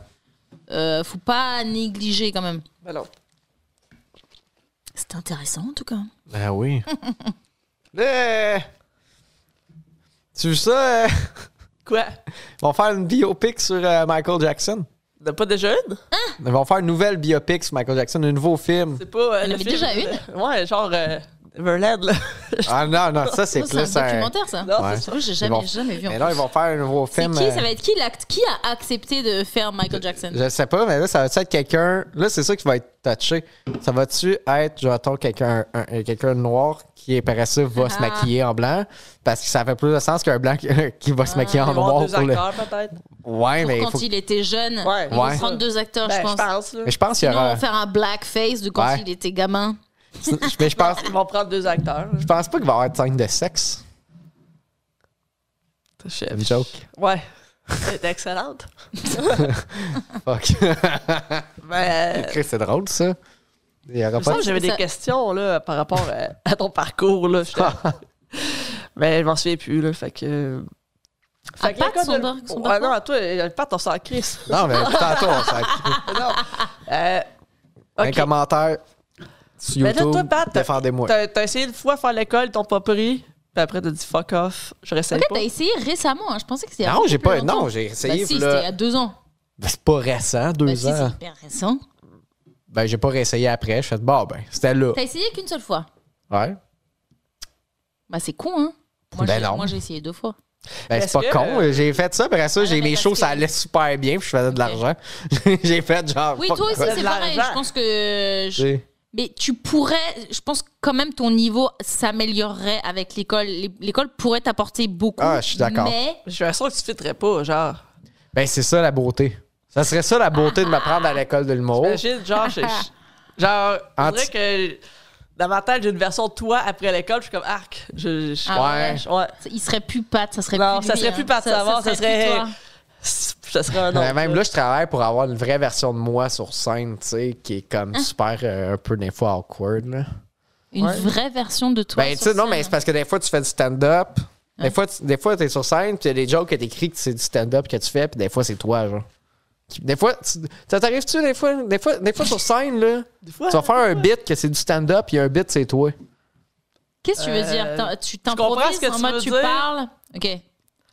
S3: Euh, faut pas négliger quand même.
S2: Ben non.
S3: C'est intéressant en tout cas.
S1: Ben oui. Là, Eh! Tu veux ça? euh,
S2: Quoi?
S1: Ils vont faire une biopic sur euh, Michael Jackson.
S2: T'as pas déjà une?
S1: Ils vont faire une nouvelle biopic sur Michael Jackson, un nouveau film.
S2: C'est pas. euh,
S3: On
S2: le
S3: avait
S2: film
S3: déjà
S2: de- Ouais, genre. euh, Neverland, là.
S1: Ah non, non, ça c'est
S3: Ça, Oh, C'est un
S1: plus un...
S3: documentaire ça.
S2: Non,
S1: Ouais.
S2: c'est ça.
S3: Moi, j'ai
S1: Ils
S3: jamais,
S1: vont-
S3: jamais vu. en
S1: Mais là,
S3: plus.
S1: ils vont faire un nouveau
S3: C'est
S1: film.
S3: qui
S1: euh,
S3: Ça va être qui l'act- Qui a accepté de faire Michael Jackson
S1: Je sais pas, mais là, ça va-tu être quelqu'un. Là, c'est ça qui va être touché. Ça va-tu être, genre, mettons, quelqu'un un- un- quelqu'un de noir qui est paresseux va se
S3: Ah.
S1: maquiller en blanc? Parce que ça fait plus de sens qu'un blanc qui qui va se
S3: Ah.
S1: maquiller en
S2: Ils vont avoir
S1: noir
S2: deux
S1: pour le.
S2: acteurs, peut-être.
S1: Ouais,
S3: Pour
S1: mais il
S3: quand
S1: faut.
S3: il était jeune.
S2: Ouais.
S3: Ils vont
S1: Ouais.
S3: prendre deux acteurs,
S2: Ben,
S3: je pense.
S2: là.
S1: Mais je pense qu'il y
S3: Sinon, on
S1: aura.
S3: va faire un blackface de quand
S1: Ouais.
S3: il était gamin.
S1: Mais je pense,
S2: Ils vont prendre deux acteurs.
S1: je pense pas qu'il va y avoir de scène de sexe.
S3: Euh,
S1: Une joke.
S2: Ouais. C'est excellente.
S1: Fuck.
S3: Euh.
S2: Mais.
S1: Chris, c'est drôle, ça. Il y aura
S2: euh,
S1: pas de.
S2: Ben, J'avais des
S3: Ça-
S2: questions là, par rapport à, à ton parcours. Là, j'étais- mais je m'en souviens plus. Là, fait que.
S3: À
S2: là,
S3: Pat,
S2: quand
S3: son
S2: le-
S3: bar- son
S2: Ah
S3: parcours?
S2: non, à toi, euh, Pat, on s'en crisse.
S1: Non, mais tantôt, on s'en-
S2: non. Euh,
S1: Un
S2: ok.
S1: commentaire sur
S3: Ben
S2: Mais là,
S1: YouTube.
S2: toi, Pat, t'as-
S1: Défendez-moi.
S2: T'as t'as essayé une fois à faire l'école, ils t'ont pas pris. Puis après, t'as dit fuck off, je réessaye
S3: Ok,
S2: pas.
S3: t'as essayé récemment. hein. Je pensais que c'était. il y a
S1: Non,
S3: beaucoup
S1: j'ai
S3: plus
S1: pas.
S3: longtemps.
S1: Non, j'ai
S3: Bah
S1: essayé.
S3: si,
S1: v'là-
S3: c'était il y a deux ans.
S1: Ben, C'est pas récent, deux
S3: Bah si,
S1: ans.
S3: c'est hyper récent.
S1: Ben, j'ai pas réessayé après. Je fais, bon, ben, c'était là.
S3: T'as essayé qu'une seule fois.
S1: Ouais.
S3: Bah c'est con, hein. Moi,
S1: Ben
S3: j'ai-
S1: non.
S3: moi, j'ai essayé deux fois.
S1: Ben, c'est
S2: Est-ce
S1: pas
S2: que-
S1: con. euh, J'ai fait ça, après ça,
S3: Ah,
S1: j'ai
S3: mais
S1: mes
S3: parce
S1: shows, ça
S3: que-
S1: allait super bien, puis je faisais de l'argent. j'ai fait genre.
S3: Oui,
S1: fuck
S3: toi aussi,
S1: that.
S2: de
S3: c'est pareil.
S2: l'argent.
S3: Je pense que. je-
S1: J'ai-
S3: Mais tu pourrais. Je pense quand même ton niveau s'améliorerait avec l'école. L'é- L'école pourrait t'apporter beaucoup.
S1: Ah, je suis d'accord.
S3: Mais
S2: J'ai l'impression que tu fitterais pas, genre.
S1: Ben, c'est ça la beauté. Ça serait ça la beauté de m'apprendre à l'école de l'humour.
S2: Imagine, genre, je, je- genre, on dirait
S1: Anti-
S2: que dans ma tête, j'ai une version de toi après l'école, je suis comme arc. Je, je-
S3: Ah
S1: ouais.
S2: je- ouais.
S3: il serait plus Pat, ça serait
S2: Non,
S3: plus.
S2: ça
S3: lui,
S2: serait
S3: hein.
S2: plus Pat Savard, ça serait-
S3: plus toi.
S2: Ça serait un
S1: Ben,
S2: autre.
S1: même là, je travaille pour avoir une vraie version de moi sur scène, tu sais, qui est comme
S3: Hein?
S1: super euh, un peu des fois awkward. Là.
S3: Une
S2: Ouais.
S3: vraie version de toi.
S1: Ben, tu
S3: sur
S1: sais, non,
S3: scène,
S1: mais
S3: hein.
S1: c'est parce que des fois, tu fais du stand-up. Des fois, tu des fois, t'es sur scène, puis il y a des jokes que t'écris que c'est du stand-up que tu fais, puis des fois, c'est toi, genre. Qui- Des fois, tu- ça t'arrive-tu, des fois, des fois, des fois sur scène, là,
S2: Des fois,
S1: tu vas faire un bit que c'est du stand-up, puis un bit, c'est toi.
S3: Qu'est-ce que tu veux
S2: Euh,
S3: dire? T'en- Tu
S2: comprends
S3: t'improvises
S2: ce que
S3: en
S2: tu
S3: mode
S2: veux
S3: tu
S2: dire.
S3: parles? Ok.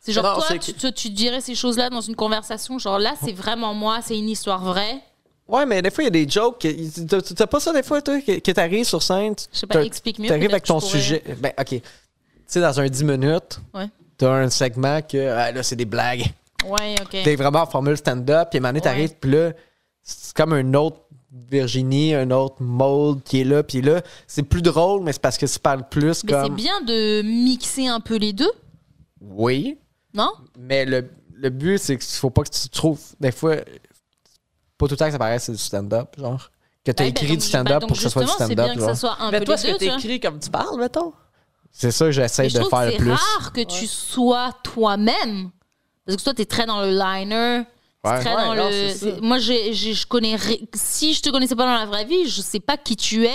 S3: C'est genre
S2: Non,
S3: toi,
S2: c'est
S3: tu,
S2: que-
S3: tu- tu dirais ces choses-là dans une conversation, genre là, c'est vraiment moi, c'est une histoire vraie.
S1: Ouais, mais des fois, il y a des jokes. que- t'as- T'as pas ça, des fois, toi, que, que t'arrives sur scène. tu-
S3: Je sais pas,
S1: t'as-
S3: explique mieux,
S1: T'arrives
S3: peut-être
S1: avec
S3: que
S1: ton
S3: je pourrais-
S1: sujet. Ben, OK. Tu sais, dans un 10 minutes,
S3: Ouais.
S1: t'as un segment que, ah, là, c'est des blagues.
S3: Ouais, ok.
S1: T'es vraiment en formule stand-up, puis à un moment donné, t'arrives, puis là, c'est comme un autre Virginie, un autre Maud qui est là, puis là, c'est plus drôle, mais c'est parce que tu parles plus
S3: Mais c'est
S1: comme...
S3: bien de mixer un peu les deux,
S1: Oui,
S3: non?
S1: mais le, le but, c'est qu'il faut pas que tu trouves... Des fois, pas tout le temps que ça paraisse c'est du stand-up, genre. Que t'as
S3: Ouais, ben,
S1: écrit
S3: donc,
S1: du
S3: je- bah,
S1: stand-up
S3: donc
S1: pour que ce soit du
S3: justement,
S1: stand-up,
S3: C'est bien que
S1: genre.
S3: ce soit un
S2: mais
S3: peu
S2: toi,
S3: les
S2: est-ce
S3: deux,
S2: que
S3: tu vois.
S2: t'écris comme tu parles, mettons?
S1: C'est ça que
S3: Mais
S1: j'essaie
S3: je
S1: de
S3: trouve
S1: faire
S3: que
S1: le
S3: c'est
S1: plus.
S3: rare que tu sois toi-même. Parce que toi, t'es très dans le liner.
S1: Ah, Ouais.
S3: Très
S2: Ouais,
S3: dans
S2: non,
S3: le-
S2: c'est ça.
S3: Moi, j'ai- j'ai- je connais. ri- Si je te connaissais pas dans la vraie vie, je sais pas qui tu es. Tu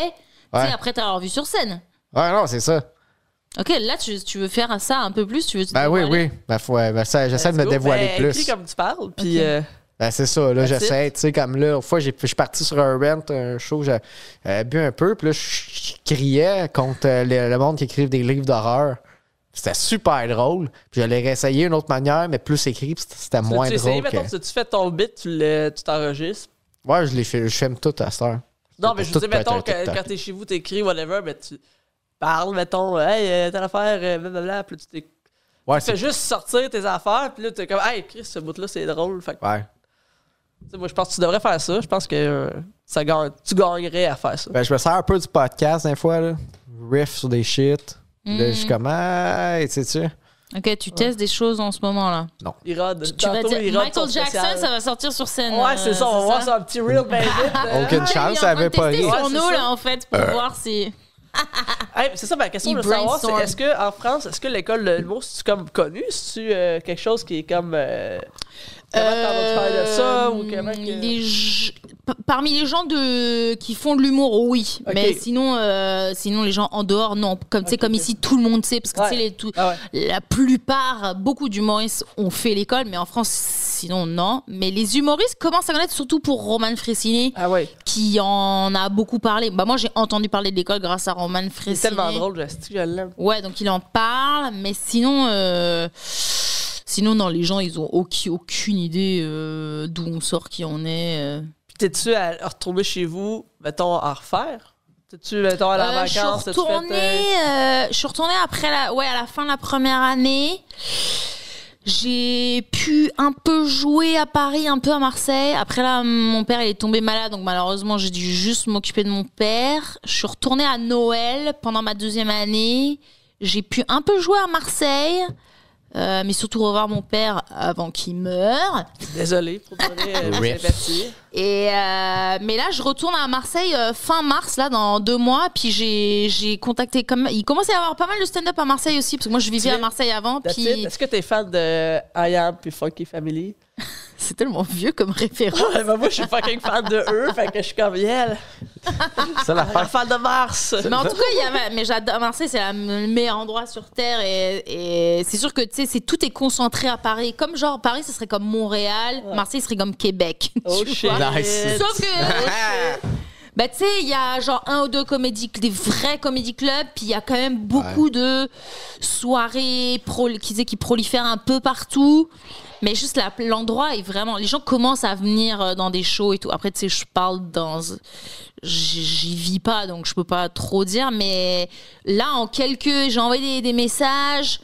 S1: Ouais.
S3: sais, après t'avoir vu sur scène.
S1: Ouais, Ah non, c'est ça.
S3: Ok, là, tu, tu veux faire ça un peu plus. Tu veux te
S1: Ben oui,
S3: dévoiler.
S1: oui. Ben, faut- ben, ça, j'essaie de me
S2: Let's go.
S1: dévoiler
S2: Ben,
S1: plus.
S2: écris comme tu parles, puis
S3: Ok.
S2: euh,
S1: Ben, c'est ça, là,
S2: That's it.
S1: j'essaie, tu sais, comme là, une fois, j'ai- je suis parti sur un rent, un show, j'ai euh, bu un peu, puis là, je je criais contre euh, le, le monde qui écrive des livres d'horreur. C'était super drôle. Puis je l'ai réessayé une autre manière, mais plus écrit, puis c'était- c'était
S2: tu-
S1: moins
S2: tu essayes,
S1: drôle.
S2: mettons,
S1: que-
S2: tu tu fais ton bit, tu le- tu t'enregistres.
S1: Ouais, je l'ai fait, je filme tout à cette heure.
S2: Non, mais je veux
S1: Tout
S2: dire,
S1: peut être
S2: mettons,
S1: un
S2: que,
S1: TikTok.
S2: quand t'es chez vous, t'écris, whatever, mais tu parles, mettons, hey, euh, t'as l'affaire, euh, blablabla, puis là, tu t'éc-
S1: Ouais,
S2: tu fais
S1: c'est.
S2: juste sortir tes affaires, puis là, t'es comme, hey, Chris, ce bout-là, c'est drôle. Fait que,
S1: Ouais.
S2: tu sais, moi, je pense que tu devrais faire ça. Je pense que euh, ça gagne, tu gagnerais à faire ça.
S1: Ben, je me sers un peu du podcast, des fois, là. Riff sur des shit. Là, je suis comme, hey, tu sais, tu.
S3: Ok, tu testes des choses en ce moment là.
S2: Irod,
S3: Tu vas dire Michael Jackson,
S2: spécial.
S3: ça va sortir sur scène.
S2: Ouais,
S3: euh,
S2: c'est ça, on va voir, c'est un petit reel, ben vite.
S1: Aucune
S2: euh.
S3: Ah, il est
S1: chance,
S3: en
S1: ça
S3: train de
S1: avait pas
S3: tester
S1: ri.
S2: Ouais,
S3: sur
S2: c'est
S3: nous
S2: ça.
S3: là en fait pour voir si.
S2: Hey, c'est ça ma question
S3: Il
S2: de savoir, c'est
S3: brainstorm.
S2: est-ce que en France, est-ce que l'école de l'humour, c'est comme connu, c'est quelque chose qui est comme euh, comment t'as entendu parler de
S3: Euh,
S2: ça ou comment que-
S3: les g- pa- Parmi les gens de... qui font de l'humour, oui.
S2: Ok.
S3: Mais sinon, euh, sinon, les gens en dehors, non. Comme, tu sais,
S2: Ok,
S3: comme
S2: ok.
S3: ici, tout le monde sait. Parce que tu sais,
S2: Ouais.
S3: les- tout-
S2: Ah ouais.
S3: la plupart, beaucoup d'humoristes ont fait l'école. Mais en France, sinon, non. Mais les humoristes commencent à connaître, surtout pour Roman Fressinet,
S2: Ah ouais.
S3: qui en a beaucoup parlé. Bah, moi, j'ai entendu parler de l'école grâce à Roman
S2: C'est
S3: Fressinet.
S2: tellement drôle, je je l'aime.
S3: Ouais, donc il en parle, mais sinon, euh, sinon non, les gens, ils ont aucune, aucune idée euh, d'où on sort, qui on est. euh.
S2: Puis t'es-tu à à retourner chez vous, mettons, à refaire? T'es-tu, mettons, à la
S3: Euh, je suis
S2: vacances? t'as-tu fait,
S3: retournée, euh, je suis retournée après la, ouais, à la fin de la première année. J'ai pu un peu jouer à Paris, un peu à Marseille. Après là, mon père il est tombé malade, donc malheureusement j'ai dû juste m'occuper de mon père. Je suis retournée à Noël pendant ma deuxième année. J'ai pu un peu jouer à Marseille, euh, mais surtout revoir mon père avant qu'il meure.
S2: euh, Désolé pour donner euh, ma
S1: Riff.
S2: sympathie.
S3: Et euh, mais là, je retourne à Marseille euh, fin mars, là, dans deux mois. Puis j'ai j'ai contacté. Comme, il commençait à y avoir pas mal de stand-up à Marseille aussi, parce que moi, je vivais à Marseille avant.
S2: That's
S3: Puis
S2: it. Est-ce que t'es fan de I Am puis Funky Family?
S3: c'est tellement vieux comme référent.
S2: Ouais, bah, moi, je suis fucking fan de eux, fait que je suis comme, yeah,
S1: Ça, la
S2: la fan de Mars!
S3: Mais en tout cas, il y a, mais j'adore Marseille, c'est la- le meilleur endroit sur terre et, et c'est sûr que tu sais, c'est tout est concentré à Paris. Comme genre Paris, ce serait comme Montréal, Marseille serait comme Québec.
S2: Oh
S3: tu
S2: shit!
S3: vois.
S1: Nice.
S3: Sauf que Bah, tu sais, il y a genre un ou deux comédie, des vrais comédie clubs, puis il y a quand même beaucoup de soirées pro, qui, qui prolifèrent un peu partout. Mais juste la- l'endroit est vraiment. Les gens commencent à venir euh, dans des shows et tout. Après, tu sais, je parle dans. J'y j'y vis pas, donc je peux pas trop dire. Mais là, en quelques. J'ai envoyé des, des messages.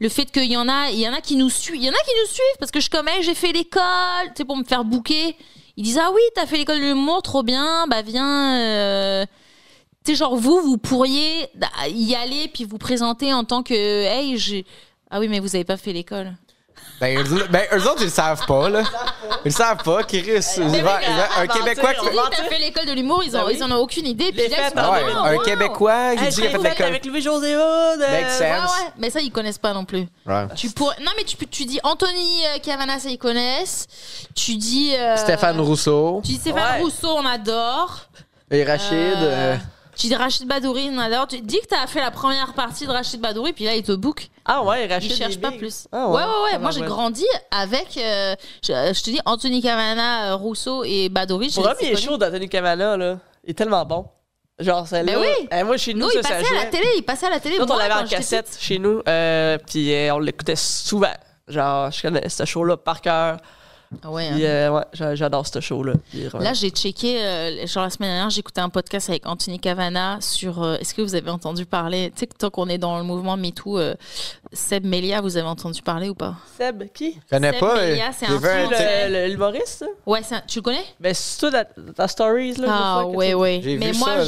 S3: Le fait qu'il y en a, il y en a qui nous suivent, il y en a qui nous suivent parce que je connais, j'ai fait l'école, tu sais, pour me faire bouquer. Ils disent ah oui, t'as fait l'école de l'humour, trop bien, bah viens. euh, Tu sais, genre vous, vous pourriez bah, y aller puis vous présenter en tant que hey, j'ai ah oui, mais vous avez pas fait l'école.
S1: Ben, eux, ben, eux autres, ils le savent pas, là. Ils le savent pas, Chris.
S2: Ben,
S1: Ils
S3: oui,
S1: vont-
S3: mais
S1: ils vont- un
S2: mentir,
S1: Québécois qui
S3: Oui,
S1: fait-
S3: t'as fait l'école de l'humour, ils, ont,
S2: Bah oui.
S3: ils en ont aucune idée. Puis
S2: Les
S3: là, ils
S2: fêtes,
S3: sont,
S2: ah
S1: Ouais,
S3: oh,
S1: un
S3: wow.
S1: Québécois qui
S2: Hey,
S1: dit qu'il a
S2: j'ai
S1: fait de
S2: fait
S1: l'école.
S2: avec Louis José Hood!
S1: Make
S2: euh,
S1: sense.
S3: Ouais, ouais, mais ça, ils connaissent pas non plus.
S1: Ouais.
S3: Tu pourrais- Non, mais tu, peux- tu dis Anthony euh, Cavana, ça, ils connaissent. Tu dis. euh,
S1: Stéphane Rousseau.
S3: Tu dis Stéphane
S2: Ouais.
S3: Rousseau, on adore.
S1: Et Rachid.
S3: Euh,
S1: euh,
S3: Tu dis Rachid Badouri, on adore. Tu dis que t'as fait la première partie de Rachid Badouri, puis là, il te book.
S2: Ah ouais,
S3: Il
S2: Rachid.
S3: cherche
S2: est
S3: pas
S2: big.
S3: plus.
S2: Ah
S3: ouais, ouais, ouais.
S2: Ah
S3: Moi,
S2: bah
S3: j'ai
S2: ouais.
S3: grandi avec, euh, je, je te dis, Anthony Cavana, euh, Rousseau et Badouri. je les ai
S2: Premier
S3: connus.
S2: show d'Anthony Kamala, là, il est tellement bon. Genre, c'est
S3: Ben
S2: là.
S3: oui.
S2: eh, moi, chez nous,
S3: Nous,
S2: ça,
S3: il
S2: ça
S3: passait à la
S2: jouait.
S3: télé, il passait à la télé.
S2: Nous, autres, on
S3: Moi,
S2: l'avait en
S3: quand j'étais
S2: cassette chez nous, euh, puis euh, on l'écoutait souvent. Genre, je connais ce show-là par cœur.
S3: petite- Ouais, hein.
S2: Puis, euh, ouais, j'a- j'adore ce show-là. Puis, vraiment.
S3: Là, j'ai checké, euh, genre la semaine dernière, j'écoutais un podcast avec Anthony Cavana sur. euh, Est-ce que vous avez entendu parler Tu sais, que tant qu'on est dans le mouvement MeToo, euh, Seb Melia, vous avez entendu parler ou pas
S2: Seb, qui
S1: Je connais
S3: Seb
S1: pas.
S3: Melia,
S1: euh,
S3: c'est
S1: j'ai
S3: un
S1: vu un
S3: fou, là.
S1: tic-
S2: le, le- l'humoriste, ça?
S3: Ouais, c'est un- tu le connais
S2: Ben, c'est toi, dans- dans ta stories, là.
S3: Ah
S2: une fois que
S3: ouais
S2: tu-
S3: ouais.
S1: J'ai
S3: Mais
S1: vu
S3: moi
S1: ça, là,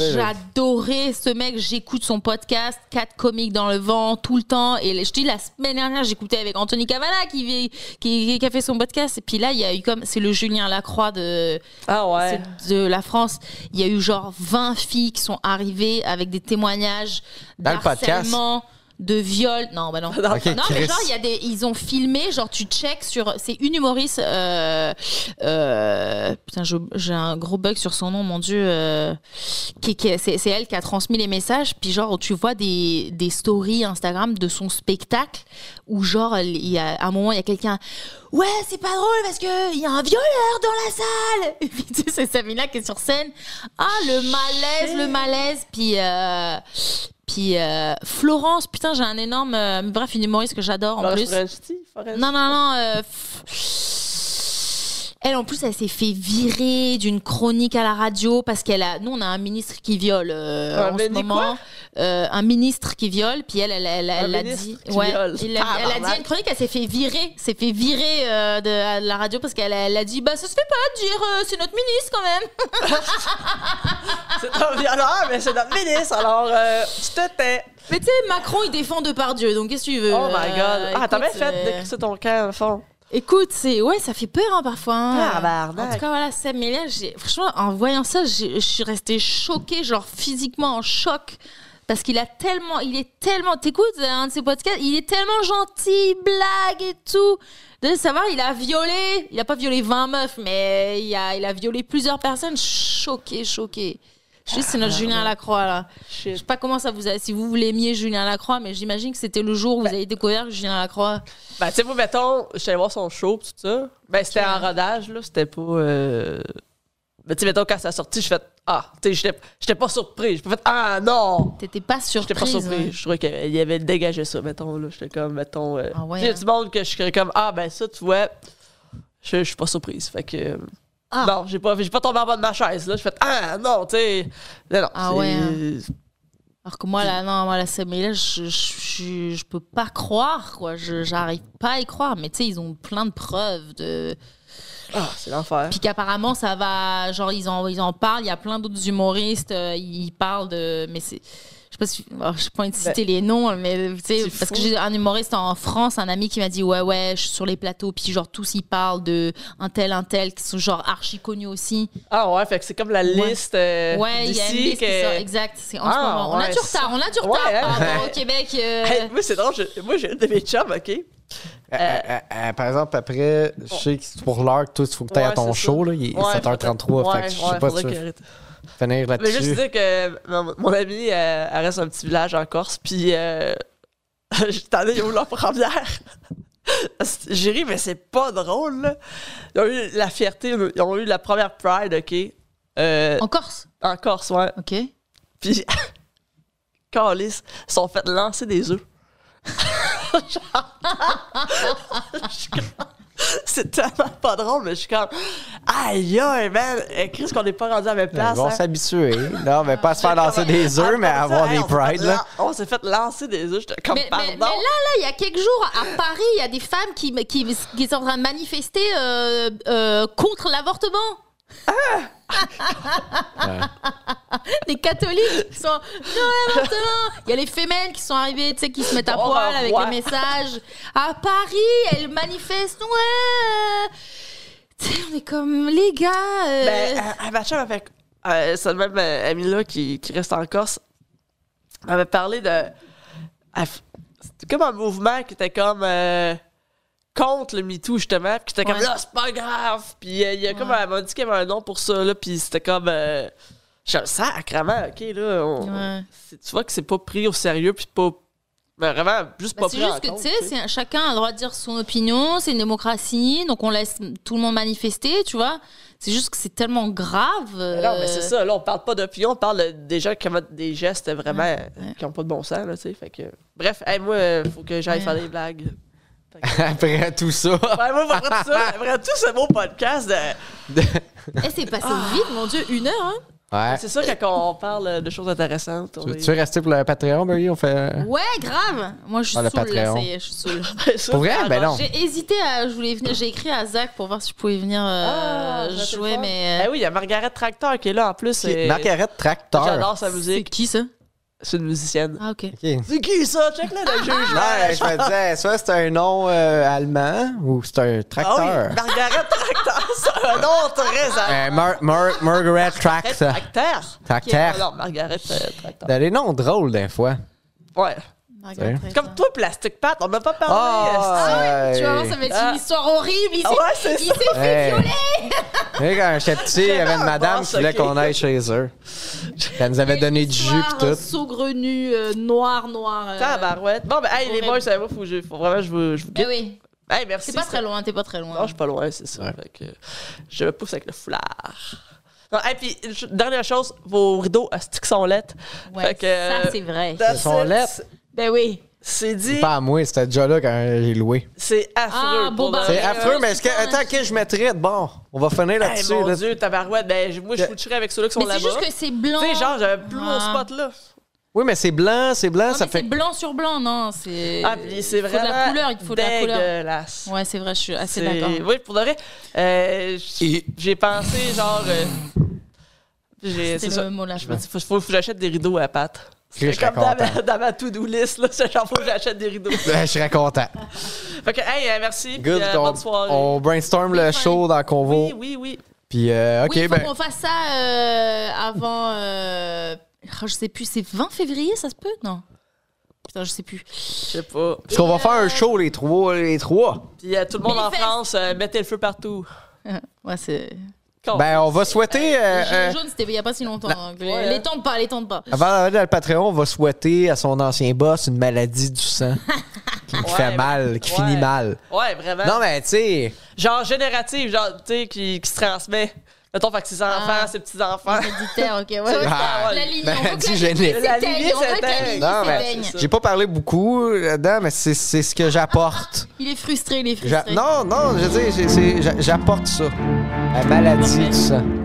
S3: j'adorais ce mec, j'écoute son podcast, quatre comiques dans le vent tout le temps et je te dis la semaine dernière j'écoutais avec Anthony Cavana qui, vit- qui qui a fait son podcast et puis là il y a eu comme c'est le Julien Lacroix de
S2: Ah ouais.
S3: c'est de la France, il y a eu genre 20 filles qui sont arrivées avec des témoignages
S1: Dans le podcast.
S3: d'harcèlement de viol. Non, bah non.
S1: Ok,
S3: non, mais
S1: Chris.
S3: genre, il y a des, ils ont filmé, genre, tu checks sur. C'est une humoriste. euh, euh, putain, je- j'ai un gros bug sur son nom, mon Dieu. euh, qui, qui- c'est c'est elle qui a transmis les messages. Puis, genre, tu vois des, des stories Instagram de son spectacle où, genre, il y a, à un moment, il y a quelqu'un. Ouais, c'est pas drôle parce qu'il y a un violeur dans la salle. Et puis, tu sais, c'est Samina qui est sur scène. Ah, le malaise, le malaise. Puis. euh, puis euh, Florence, putain, j'ai un énorme. euh, bref, une humoriste que j'adore en
S2: Florence
S3: plus.
S2: Foresti, Foresti.
S3: Non, non, non. euh, f- Elle, en plus, elle s'est fait virer d'une chronique à la radio parce qu'elle a. Nous, on a un ministre qui viole euh,
S2: Un
S3: en ce
S2: ministre Ah, quoi
S3: moment. Euh, un ministre qui viole, puis elle, elle, elle, elle
S2: Un
S3: a
S2: ministre
S3: dit.
S2: qui viole.
S3: il a-
S2: Ah,
S3: elle a dit
S2: barnaque.
S3: à une chronique, elle s'est fait virer. S'est fait virer euh, de, à la radio parce qu'elle elle a dit Bah, ça se fait pas de dire, euh, c'est notre ministre quand même.
S2: C'est un violeur, mais c'est notre ministre, alors euh, tu te tais.
S3: Mais tu sais, Macron, il défend de par Dieu, donc qu'est-ce que tu veux
S2: Oh my
S3: Euh,
S2: god. Ah, t'as bien
S3: écoute,
S2: fait
S3: euh,
S2: de crisser ton camp, au fond.
S3: Écoute, c'est ouais, ça fait peur hein, parfois. hein.
S2: Tabarnak.
S3: En tout cas, voilà, Sam et Léa, j'ai- franchement, en voyant ça, j'ai- je suis restée choquée, genre physiquement en choc. Parce qu'il a tellement, il est tellement, t'écoutes euh, un de ses podcasts, il est tellement gentil, blague et tout. De savoir, il a violé, il a pas violé 20 meufs, mais il a, il a violé plusieurs personnes. Choquée, choquée. Juste, c'est notre Julien Lacroix, là. Je sais
S2: Shit.
S3: pas comment ça vous a, si vous vous l'aimiez, Julien Lacroix, mais j'imagine que c'était le jour où vous avez découvert Julien Lacroix.
S2: Ben, tu sais, moi, mettons, je suis allée voir son show, pis tout ça. Ben, c'était en rodage, là. C'était pas. Euh... Ben, tu sais, mettons, quand ça a sorti, je fais. Ah, tu sais, j'étais- j'étais pas surpris. J'ai pas fait. Ah, non!
S3: T'étais pas surprise.
S2: J'étais pas
S3: hein.
S2: surpris. Je trouvais qu'il avait dégagé ça, mettons, là. J'étais comme, mettons. Euh...
S3: Ah ouais,
S2: tu sais,
S3: hein.
S2: du monde que je serais comme, ah, ben, ça, tu vois. Je je suis pas surprise. Fait que. euh,
S3: Ah.
S2: Non, j'ai pas, j'ai pas tombé en bas de ma chaise, là. Je fais. Ah, non, tu sais. Non, non.
S3: Ah
S2: c'est-
S3: ouais, hein. Alors que moi, là, non, moi, là, ça, mais là, je, je, je, je peux pas croire, quoi. Je, j'arrive pas à y croire. Mais tu sais, ils ont plein de preuves de.
S2: Ah, c'est l'enfer.
S3: Puis qu'apparemment, ça va. Genre, ils en, ils en parlent. Il y a plein d'autres humoristes. euh, ils parlent de. Mais c'est. Je sais pas si. alors, je sais pas envie de citer les noms, mais tu sais,
S2: Bah. c'est
S3: parce que
S2: fou.
S3: j'ai un humoriste en France, un ami qui m'a dit Ouais, ouais, je suis sur les plateaux. Puis genre, tous ils parlent de un tel, un tel, qui sont genre archi connus aussi.
S2: Ah ouais, fait que c'est comme la
S3: Ouais.
S2: liste euh,
S3: Ouais, il y a une
S2: d'ici
S3: liste qui
S2: que...
S3: sort, exact. C'est en ce
S2: Ah,
S3: moment. On a
S2: ouais,
S3: du retard, on a du
S2: Ouais,
S3: retard
S2: hein.
S3: par rapport au Québec. euh,
S2: Hey, moi, c'est drôle, je- moi, j'ai une de mes chums, OK?
S1: Euh, euh, euh, par exemple, après, je sais que c'est pour l'heure que toi, il faut que tu ailles à
S2: Oh. Ouais,
S1: ton
S2: c'est
S1: show.
S2: ça.
S1: Là, il est
S2: Ouais,
S1: 7h33.
S2: faudrait-
S1: fait que je
S2: ouais,
S1: sais pas
S2: faudrait
S1: si tu
S2: qu'il
S1: veux
S2: arrête.
S1: finir
S2: Mais Ah, ben, juste
S1: là-dessus. Euh,
S2: dire que mon, mon amie, euh, elle reste dans un petit village en Corse, puis euh, j'étais allée au leur première. j'ai ri, mais c'est pas drôle, là. Ils ont eu la fierté, ils ont eu la première Pride, OK? Euh,
S3: En Corse
S2: en Corse, ouais.
S3: Ok.
S2: Oh, Puis, Carlis, ils sont fait lancer des œufs. Je suis comme- C'est tellement pas drôle, mais je suis comme. Aïe, aïe, man! Eh, Chris, qu'on n'est pas rendu à la même
S1: Ils
S2: place.
S1: vont
S2: hein.
S1: s'habituer. Non, mais pas se faire lancer des œufs, mais
S2: Attends,
S1: avoir
S2: ça,
S1: des
S2: Ah, on s'est fait
S1: prides.
S2: lan-
S1: là.
S2: On s'est fait lancer des œufs. J'étais comme,
S3: Mais, mais-
S2: pardon.
S3: mais là, là, il y a quelques jours, à Paris, il y a des femmes qui, qui, qui sont en train de manifester euh, euh, contre l'avortement. des catholiques qui sont non l'avortement. Il y a les femelles qui sont arrivées, tu sais, qui se mettent à
S2: Oh,
S3: poil avec
S2: ouais.
S3: les messages. À Paris, elles manifestent. Ouais. Tu sais, on est comme les gars. euh,
S2: Ben, euh, euh, ma chum, avec cette même euh, amie-là qui, qui reste en Corse, elle avait parlé de. elle f- C'était comme un mouvement qui était comme. euh, contre le MeToo, justement. Puis qui était comme,
S3: Ouais.
S2: là, c'est pas grave. Puis euh, il y a comme. Elle m'a dit qu'il y avait un nom pour ça, là. Puis c'était comme. Euh, j'ai un sacrement, ok, là. on-
S3: Ouais.
S2: c'est- Tu vois que c'est pas pris au sérieux, puis pas. ben, vraiment, juste
S3: Bah,
S2: pas
S3: c'est
S2: pris en
S3: juste que tu
S2: compte,
S3: sais,
S2: tu sais.
S3: c'est- chacun a le droit de dire son opinion, c'est une démocratie, donc on laisse tout le monde manifester, tu vois. C'est juste que c'est tellement grave.
S2: Non,
S3: euh,
S2: mais c'est ça, là, on parle pas d'opinion, on parle de- des gens qui commettent des gestes vraiment qui n'ont pas de bon sens, là, tu sais. Fait que... Bref, hey, moi, euh, faut que j'aille
S3: Ouais.
S2: faire des blagues.
S1: Après tout ça.
S2: Ouais, moi, après tout ça, après tout ce beau podcast, de-
S3: Eh, c'est passé
S2: Ah.
S3: vite, mon Dieu, une heure, hein.
S1: Ouais.
S2: c'est sûr que quand on parle de choses intéressantes, on
S1: Tu veux-
S2: est-
S1: tu veux rester pour le Patreon, Barry? On fait.
S3: Ouais, grave. Moi, je suis
S1: Ah, le
S3: saoule, là,
S1: Patreon.
S3: ça y est, je suis saoule.
S2: Ça,
S1: Pour vrai?
S2: c'est
S1: Ben
S2: un-
S1: non.
S3: J'ai hésité à, je voulais venir, j'ai écrit à Zach pour voir si je pouvais venir
S2: Ah,
S3: euh,
S2: ça, c'est le
S3: jouer,
S2: fun.
S3: mais
S2: Eh oui, il y a Margaret Tracteur qui est là en plus. et-
S1: Margaret Tracteur.
S2: J'adore sa
S3: euh, c'est
S2: Eh musique.
S3: qui ça
S2: C'est une musicienne.
S3: Ah, ok.
S1: Ok.
S2: C'est qui ça? Check là,
S3: Ah,
S2: le juge. là.
S1: Ouais, je me disais, soit c'est un nom euh, allemand ou c'est un
S2: Ah
S1: tracteur.
S2: oui, Margaret Tracteur, c'est un nom très à-
S1: Euh, Mar- Mar- Margaret Tracteur.
S2: Tracteur.
S1: Tracteur.
S2: Non, Margaret euh, Tracteur.
S1: T'as des noms drôles des fois.
S2: Ouais.
S1: regardera
S2: Comme toi, Plastic Pat, on n'a pas parlé. euh, esti.
S1: Ah,
S3: Tu vas voir, ça
S1: hey.
S3: va être
S2: Ah.
S3: une histoire horrible. Il s'est
S2: Ah ouais, c'est
S3: il
S2: ça.
S3: s'est fait
S1: Hey.
S3: violer.
S1: Hey, quand j'étais petit, il y avait une
S2: Ah,
S1: madame
S2: bon,
S1: qui voulait
S2: ok.
S1: qu'on aille chez eux. Elle nous avait donné du jus pis tout.
S3: saugrenu, euh, noir, noir. euh.
S2: Tabarouette. Bon, ben, hey, les
S3: Horrible.
S2: boys, savez-vous, faut, que je- faut vraiment, je vous, je vous
S3: Eh
S2: guide.
S3: oui,
S2: Hey, merci.
S3: t'es pas très loin, t'es pas très loin.
S2: Ben, Non, je suis pas loin, c'est ça. Fait que je me pousse avec le foulard. Non, hey, puis, je- dernière chose, vos rideaux à stick sont lettres.
S3: Ouais,
S2: Fait que- euh,
S3: ça c'est vrai.
S1: Ils sont lettres.
S3: Ben oui.
S2: C'est dit,
S1: Pas à moi, c'était déjà là quand j'ai loué.
S2: c'est affreux.
S3: Ah,
S2: pour
S3: beau
S2: de
S3: bar-
S2: vrai.
S1: C'est
S3: Euh,
S1: affreux, mais est-ce que.
S3: c'est pas un
S1: Attends, ok, je mettrais de bon. On va finir
S2: Hey,
S1: là-dessus.
S2: mon
S1: là.
S2: Dieu, tabarouette. Ben, je- moi, je
S1: Yeah.
S2: fouillerais avec ceux-là qui sont
S3: Mais
S2: là-bas.
S3: c'est juste que c'est blanc.
S2: Tu sais, genre, j'avais plus mon
S3: Ah.
S2: spot là.
S1: Oui, mais c'est blanc, c'est blanc,
S3: Non,
S1: ça
S3: mais c'est
S1: fait.
S3: blanc sur blanc, non. C'est.
S2: Ah, puis c'est
S3: Il faut
S2: vraiment.
S3: de la couleur, il faut de la couleur.
S2: dégueulasse.
S3: Ouais, ah, c'est vrai, je suis assez
S2: C'est-
S3: d'accord.
S2: Oui, pour de vrai. euh, j-
S1: Et-
S2: J'ai pensé, genre. euh, j'ai-
S3: C'est
S2: C'est
S3: le
S2: ça.
S3: mot là,
S2: Je
S3: je
S2: me
S3: pense.
S2: dis, faut, faut, faut que j'achète des rideaux à Pat.
S1: Je
S2: C'est
S1: serais
S2: comme dans
S1: content.
S2: ma, dans ma to-do list, là. C'est genre, faut que j'achète des rideaux.
S1: Ben, Je serais content.
S2: fait que, hey, euh, merci. puis,
S1: Good,
S2: euh,
S1: on,
S2: bonne soirée.
S1: on brainstorm le show dans la Convo.
S2: Oui, oui, oui.
S1: Puis, euh, ok,
S3: oui, il faut
S1: ben.
S3: qu'on fasse ça euh, avant. euh, oh, je sais plus, c'est 20 février, ça se peut Non. Putain, je sais plus.
S2: Je sais pas.
S1: Parce qu'on va
S3: Et,
S1: faire
S3: euh,
S1: un show, les trois. Les trois.
S2: Puis, euh, tout le monde
S3: Mais les
S2: en
S3: fesses.
S2: France, euh, mettez le feu partout.
S3: Ouais, c'est.
S2: Con.
S1: Ben, on va souhaiter. euh,
S3: Les
S1: euh, bah,
S3: Gilets jaunes, c'était il y a pas si longtemps. hein, que les-
S2: Ouais, hein.
S3: les tentes pas, les tentes pas.
S1: Avant d'aller dans le Patreon, on va souhaiter à son ancien boss une maladie du sang qui
S2: Ouais,
S1: fait
S2: ben,
S1: mal, qui
S2: ouais. Ben,
S1: finit mal.
S2: Ouais, vraiment.
S1: Non, mais tu sais,
S2: Genre générative, genre, tu sais, qui, qui se transmet. Mettons, fait que ses enfants,
S3: Ah.
S2: ses petits-enfants.
S3: Héréditaire, ok, ouais.
S1: Ah,
S3: la ligne,
S1: ben,
S3: on veut que
S1: dis,
S3: la ligne
S1: je
S2: La
S3: s'éteigne,
S2: ligne
S3: on veut que la
S2: s'éteigne.
S3: ligne
S1: Non, mais-
S3: s'éteigne.
S2: Ça.
S1: j'ai pas parlé beaucoup là-dedans, mais c'est c'est ce que j'apporte.
S3: Il est frustré, il est
S1: J'a-
S3: frustré.
S1: Non, non, je veux dire, c'est- c'est- j'a- j'apporte ça. La maladie du sang.